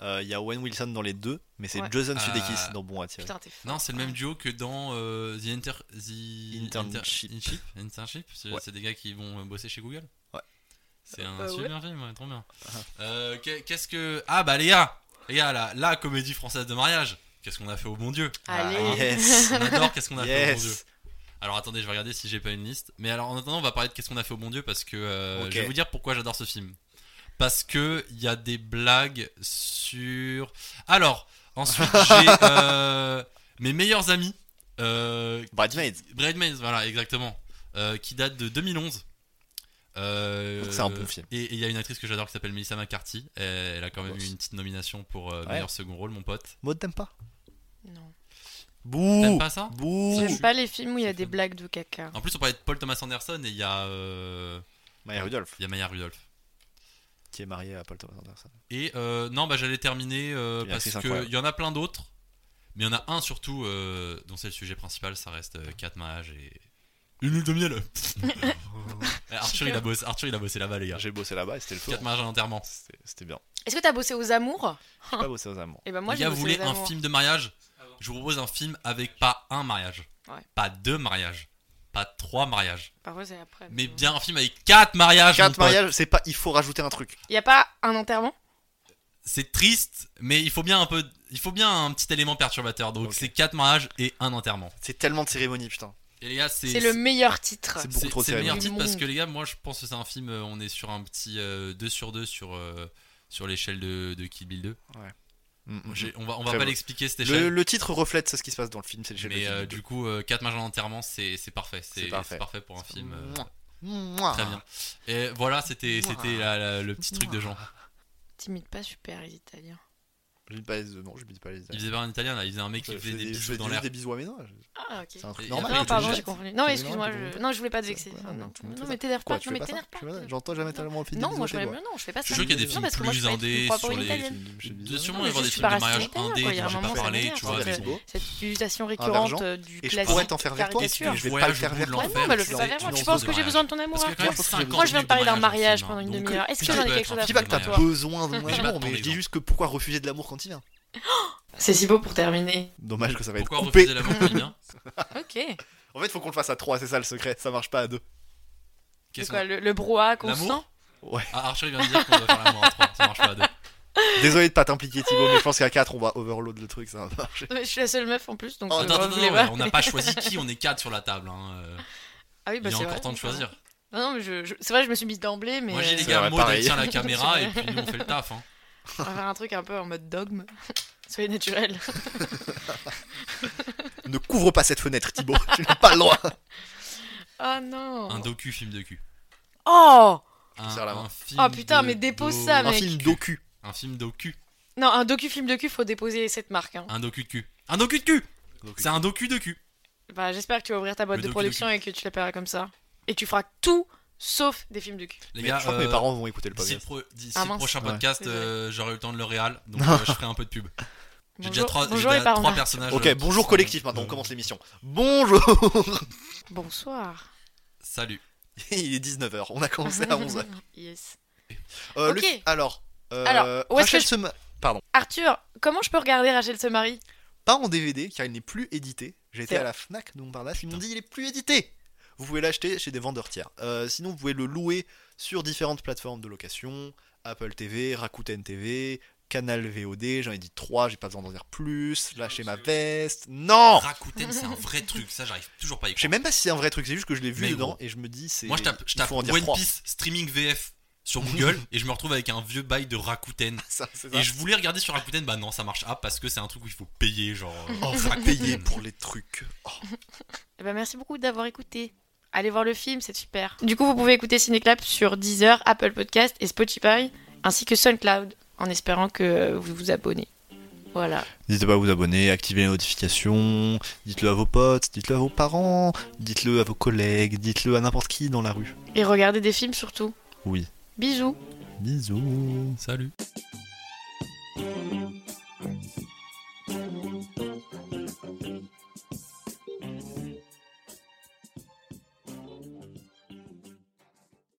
Speaker 2: Euh, Il y a Owen Wilson dans les deux, mais c'est
Speaker 3: Ouais.
Speaker 2: Jason
Speaker 1: Euh,
Speaker 2: Sudeikis dans Bon à tirer.
Speaker 3: Putain, t'es fou.
Speaker 1: Non, c'est le même duo que dans euh, The, Inter the
Speaker 2: Internship.
Speaker 1: Inter- Internship. Internship, c'est
Speaker 2: Ouais.
Speaker 1: c'est des gars qui vont euh, bosser chez Google.
Speaker 2: Ouais.
Speaker 1: C'est
Speaker 3: bah
Speaker 1: un
Speaker 3: ouais.
Speaker 1: super film, ouais, trop bien. Euh, qu'est- Qu'est-ce que. Ah bah les gars Les gars, la, la comédie française de mariage Qu'est-ce qu'on a fait au bon Dieu
Speaker 3: Allez.
Speaker 2: Yes.
Speaker 1: On adore, qu'est-ce qu'on a fait au bon Dieu
Speaker 2: yes.
Speaker 1: Alors attendez, je vais regarder si j'ai pas une liste. Mais alors en attendant, on va parler de qu'est-ce qu'on a fait au bon Dieu parce que euh,
Speaker 2: Ok.
Speaker 1: je vais vous dire pourquoi j'adore ce film. Parce que il y a des blagues sur. Alors ensuite j'ai euh, mes meilleurs amis. Euh,
Speaker 2: Bridesmaids.
Speaker 1: Bridesmaids, voilà, exactement. Euh, qui date de 2011. Euh,
Speaker 2: C'est un bon film.
Speaker 1: Et et il y a une actrice que j'adore qui s'appelle Melissa McCarthy. Elle, elle a quand même
Speaker 2: Boss.
Speaker 1: eu une petite nomination pour euh,
Speaker 2: Ouais.
Speaker 1: meilleur second rôle, mon pote.
Speaker 2: Maud, t'aimes pas
Speaker 3: Non.
Speaker 1: T'aimes
Speaker 2: Bouh
Speaker 1: pas ça
Speaker 2: Bouh
Speaker 1: Ça,
Speaker 3: J'aime
Speaker 1: je-
Speaker 3: pas les films où il y a
Speaker 1: c'est
Speaker 3: des
Speaker 1: fun.
Speaker 3: blagues de caca.
Speaker 1: En plus, on parlait de Paul Thomas Anderson et il y a, euh,
Speaker 2: Maya Rudolph,
Speaker 1: il y a Maya Rudolph.
Speaker 2: qui est mariée à Paul Thomas Anderson.
Speaker 1: Et euh, non, bah, j'allais terminer euh,
Speaker 2: Une
Speaker 1: parce
Speaker 2: actrice
Speaker 1: que
Speaker 2: incroyable.
Speaker 1: il y en a plein d'autres, mais il y en a un surtout euh, dont c'est le sujet principal. Ça reste euh, Cat Mage et une huile de miel. Arthur, il a bossé, Arthur, il a bossé là-bas, les gars.
Speaker 2: J'ai bossé là-bas et c'était le feu.
Speaker 1: Quatre mariages à l'enterrement.
Speaker 2: C'était c'était bien.
Speaker 3: Est-ce que t'as bossé aux amours
Speaker 2: J'ai pas bossé aux amants.
Speaker 3: Et ben moi
Speaker 1: les gars,
Speaker 3: j'ai
Speaker 1: vous
Speaker 3: bossé
Speaker 1: voulez
Speaker 3: aux
Speaker 1: un
Speaker 3: amours.
Speaker 1: film de mariage Je vous propose un film avec pas un mariage,
Speaker 3: Ouais.
Speaker 1: pas deux mariages, pas trois mariages,
Speaker 3: Parfois c'est après.
Speaker 1: mais bien un film avec quatre mariages. mon
Speaker 2: Quatre
Speaker 1: pote.
Speaker 2: mariages, c'est pas. Il faut rajouter un truc.
Speaker 3: Il y a pas un enterrement
Speaker 1: C'est triste, mais il faut bien un peu, il faut bien un petit élément perturbateur. Donc
Speaker 2: Ok.
Speaker 1: c'est quatre mariages et un enterrement.
Speaker 2: C'est tellement de cérémonies, putain.
Speaker 1: Et les gars, c'est
Speaker 3: C'est le meilleur titre.
Speaker 2: C'est beaucoup
Speaker 1: c'est-
Speaker 2: trop
Speaker 1: c'est le meilleur
Speaker 2: cérémonieux.
Speaker 1: titre
Speaker 3: Du
Speaker 1: parce
Speaker 3: monde.
Speaker 1: que les gars, moi je pense que c'est un film. euh, On est sur un petit euh, 2 sur 2 sur euh, sur l'échelle de, de Kill Bill 2.
Speaker 2: Mm, mm,
Speaker 1: J'ai- On va on va
Speaker 2: Très
Speaker 1: pas
Speaker 2: beau.
Speaker 1: l'expliquer cette
Speaker 2: mm.
Speaker 1: échelle.
Speaker 2: Le, le titre reflète ce qui se passe dans le film, c'est le
Speaker 1: Mais euh, du coup, euh, 4 mariages à l'enterrement, c'est c'est parfait.
Speaker 2: C'est
Speaker 1: C'est
Speaker 2: parfait.
Speaker 1: c'est parfait pour un film. euh,
Speaker 2: Mouah.
Speaker 1: Très bien. Et voilà, c'était c'était la- la- le petit truc de Jean.
Speaker 3: T'imites pas super les Italiens.
Speaker 2: Je dis pas les non, je dis pas les
Speaker 1: Il faisait pas un italien là, il faisait un mec qui faisait des
Speaker 2: je
Speaker 1: bisous
Speaker 2: fais
Speaker 1: dans
Speaker 2: juste
Speaker 1: l'air.
Speaker 2: des bisous à mes doigts.
Speaker 3: Ah ok.
Speaker 2: C'est un truc
Speaker 1: Et
Speaker 2: normal.
Speaker 1: après,
Speaker 3: Non,
Speaker 1: tu
Speaker 3: pardon,
Speaker 1: jettes.
Speaker 3: j'ai confondu. Non,
Speaker 2: Mais non,
Speaker 3: excuse-moi,
Speaker 2: t'es
Speaker 3: je...
Speaker 2: bon.
Speaker 3: non, je voulais pas te vexer.
Speaker 2: Ouais,
Speaker 3: Non,
Speaker 2: non,
Speaker 3: non,
Speaker 2: tu me fais
Speaker 3: non,
Speaker 2: ça.
Speaker 3: mais t'énerve
Speaker 2: Quoi,
Speaker 3: pas,
Speaker 2: tu fais
Speaker 3: non, mais
Speaker 2: pas ça
Speaker 3: t'énerve pas.
Speaker 2: Tu vois,
Speaker 3: t'énerve
Speaker 2: J'entends jamais tellement
Speaker 3: pas.
Speaker 2: fini.
Speaker 3: Non, moi je m'aime, non, je fais pas
Speaker 1: Je suis
Speaker 3: ça.
Speaker 1: sûr qu'il y a des
Speaker 3: Non,
Speaker 1: films
Speaker 3: parce que
Speaker 1: plus
Speaker 3: moi, je fais-
Speaker 1: indés
Speaker 3: je crois pas aux
Speaker 1: sur les-
Speaker 3: Italiens.
Speaker 1: Il doit sûrement y
Speaker 3: mais
Speaker 1: avoir
Speaker 3: je
Speaker 1: des
Speaker 3: suis
Speaker 1: films
Speaker 3: pas
Speaker 1: de mariage
Speaker 3: raciste,
Speaker 1: indé
Speaker 3: d'ailleurs,
Speaker 1: dont
Speaker 3: il y
Speaker 1: j'ai
Speaker 3: a un
Speaker 1: pas
Speaker 3: moment, ça
Speaker 1: parlé,
Speaker 3: m'énerve,
Speaker 1: tu vois.
Speaker 2: c'est
Speaker 1: mais
Speaker 2: que-
Speaker 1: bon.
Speaker 3: Cette utilisation
Speaker 2: Invergent.
Speaker 3: récurrente euh, du
Speaker 2: Et je
Speaker 3: classique
Speaker 2: pourrais t'en faire vers toi,
Speaker 3: caricature.
Speaker 2: mais je vais pas
Speaker 1: Voyage
Speaker 2: le
Speaker 1: au
Speaker 2: faire
Speaker 1: bout
Speaker 2: vers
Speaker 1: de
Speaker 2: toi.
Speaker 3: Ouais,
Speaker 1: l'enfer,
Speaker 3: non, mais le
Speaker 1: tu
Speaker 3: fais
Speaker 1: l'aurais-
Speaker 3: pas vers
Speaker 1: tu
Speaker 3: moi.
Speaker 1: l'aurais
Speaker 3: Tu penses
Speaker 1: fait
Speaker 3: que j'ai
Speaker 1: de
Speaker 3: besoin de ton amour hein.
Speaker 1: Parce
Speaker 3: à
Speaker 1: qu'il y a quand
Speaker 3: toi
Speaker 1: même
Speaker 2: Moi,
Speaker 1: 50
Speaker 3: Moi, je viens de
Speaker 1: minutes
Speaker 3: parler d'un
Speaker 1: mariage
Speaker 3: mariage
Speaker 1: hein,
Speaker 3: pendant une
Speaker 1: donc-
Speaker 3: demi-heure. Est-ce que
Speaker 1: tu
Speaker 3: j'en
Speaker 1: peux
Speaker 3: ai quelque
Speaker 1: être un
Speaker 3: chose à
Speaker 2: Je
Speaker 1: film
Speaker 2: dis pas
Speaker 1: de
Speaker 2: que t'as
Speaker 1: mariage.
Speaker 2: besoin d'un
Speaker 1: Mais je
Speaker 2: amour,
Speaker 1: m'attendais,
Speaker 2: mais je dis
Speaker 1: genre.
Speaker 2: juste que pourquoi refuser de l'amour quand il vient
Speaker 3: C'est si beau pour terminer.
Speaker 2: Dommage que ça va être
Speaker 1: Pourquoi
Speaker 2: coupé.
Speaker 1: refuser hein l'amour féminin
Speaker 3: Ok.
Speaker 2: En fait, faut qu'on le fasse à 3, c'est ça le secret, ça marche pas à 2.
Speaker 3: C'est
Speaker 1: Qu'est-ce
Speaker 3: quoi
Speaker 1: qu'on
Speaker 3: le, le brouhaha constant
Speaker 1: L'amour
Speaker 2: Ouais.
Speaker 1: Ah, Archer il vient de dire qu'on doit faire l'amour à trois, ça marche pas à deux.
Speaker 2: Désolé de pas t'impliquer Thibaut, mais je pense qu'à 4 on va overload le truc, ça va marcher.
Speaker 3: Non, mais Je suis la seule meuf en plus, donc
Speaker 2: Oh,
Speaker 3: euh,
Speaker 1: Attends,
Speaker 3: bah,
Speaker 1: attends,
Speaker 3: vous
Speaker 1: attends,
Speaker 3: voulez pas.
Speaker 1: on n'a pas choisi qui, on est quatre sur la table. hein, euh,
Speaker 3: Ah oui,
Speaker 1: Il
Speaker 3: bah
Speaker 1: est
Speaker 3: c'est vrai.
Speaker 1: encore temps de choisir.
Speaker 3: Non, non, mais je, je- c'est vrai, je me suis mise d'emblée, mais
Speaker 1: Moi j'ai les
Speaker 3: euh,
Speaker 2: C'est
Speaker 1: gars,
Speaker 2: vrai,
Speaker 1: Maud elle
Speaker 2: pareil.
Speaker 1: tient la caméra
Speaker 3: C'est
Speaker 1: et puis nous on fait le taf. hein.
Speaker 3: on va faire un truc un peu en mode dogme. Soyez naturel.
Speaker 2: Ne couvre pas cette fenêtre Thibaut, tu n'as pas le droit.
Speaker 3: Oh non.
Speaker 1: Un docu, film de cul.
Speaker 3: Oh
Speaker 1: Un,
Speaker 2: serre la main.
Speaker 1: un film
Speaker 3: Ah, putain,
Speaker 1: de-
Speaker 3: mais dépose
Speaker 1: do-
Speaker 3: ça,
Speaker 2: Un
Speaker 3: mec.
Speaker 2: film docu.
Speaker 1: Un film docu.
Speaker 3: Non, un docu-film de cul, faut déposer cette marque. Hein.
Speaker 1: Un docu de cul. Un docu de cul C'est un docu de cul.
Speaker 3: Bah, j'espère que tu vas ouvrir ta boîte
Speaker 1: Le
Speaker 3: de
Speaker 1: docu-docu.
Speaker 3: production et que tu l'appelleras comme ça. Et tu feras tout sauf des films de cul.
Speaker 1: Les
Speaker 2: Mais
Speaker 1: gars,
Speaker 2: je crois que
Speaker 1: euh,
Speaker 2: mes parents vont écouter le
Speaker 1: d'ici le,
Speaker 2: podcast.
Speaker 1: pro- d'ici
Speaker 3: Ah,
Speaker 1: le
Speaker 3: mince.
Speaker 1: prochain
Speaker 2: Ouais.
Speaker 1: podcast,
Speaker 3: Désolé.
Speaker 1: euh, j'aurai le temps de le réal, donc euh, je ferai un peu de pub. J'ai déjà trois, j'ai
Speaker 3: bonjour
Speaker 1: déjà
Speaker 3: les parents.
Speaker 1: trois personnages. euh,
Speaker 2: Ok,
Speaker 1: qui
Speaker 2: bonjour
Speaker 1: sont-
Speaker 2: collectif maintenant, on commence l'émission. Bonjour
Speaker 3: Bonsoir.
Speaker 1: Salut.
Speaker 2: Il est 19h, on a commencé à 11h.
Speaker 3: Yes.
Speaker 2: Euh, le-
Speaker 3: Ok.
Speaker 2: Alors, euh,
Speaker 3: Alors, où est-ce
Speaker 2: Rachel
Speaker 3: que je-
Speaker 2: se ma-
Speaker 3: Arthur, comment je peux regarder Rachel se marie
Speaker 2: pas en DVD car il n'est plus édité. J'ai été
Speaker 3: C'est
Speaker 2: à la Fnac de Montparnasse, ils m'ont dit il est plus édité. Vous pouvez l'acheter chez des vendeurs tiers. Euh, sinon, vous pouvez le louer sur différentes plateformes de location Apple TV, Rakuten TV, Canal VOD. J'en ai dit 3, j'ai pas besoin d'en dire
Speaker 1: Ah,
Speaker 2: plus. Là, chez ma veste. Non
Speaker 1: Rakuten, c'est un vrai truc, ça j'arrive toujours pas à y
Speaker 2: Oh. Je sais
Speaker 1: croire.
Speaker 2: même pas si c'est un vrai truc, c'est juste que je l'ai vu
Speaker 1: Mais
Speaker 2: dedans
Speaker 1: gros.
Speaker 2: et je me dis c'est.
Speaker 1: Moi je tape, je
Speaker 2: il
Speaker 1: tape
Speaker 2: faut en dire
Speaker 1: One
Speaker 2: trois.
Speaker 1: Piece streaming VF sur Google et je me retrouve avec un vieux bail de Rakuten.
Speaker 2: Ça, c'est ça.
Speaker 1: Et je voulais regarder sur Rakuten, bah non, ça marche pas parce que c'est un truc où il faut payer, genre. euh,
Speaker 2: Oh, faut
Speaker 1: Rakuten.
Speaker 2: payer pour les trucs. Oh.
Speaker 3: Eh ben, merci beaucoup d'avoir écouté. Allez voir le film, c'est super. Du coup, vous pouvez écouter Cinéclap sur Deezer, Apple Podcast et Spotify, ainsi que SoundCloud, en espérant que vous vous abonnez. Voilà.
Speaker 2: N'hésitez pas à vous abonner, activer les notifications, dites-le à vos potes, dites-le à vos parents, dites-le à vos collègues, dites-le à n'importe qui dans la rue.
Speaker 3: Et regardez des films surtout.
Speaker 2: Oui.
Speaker 3: Bisous.
Speaker 2: Bisous.
Speaker 1: Salut.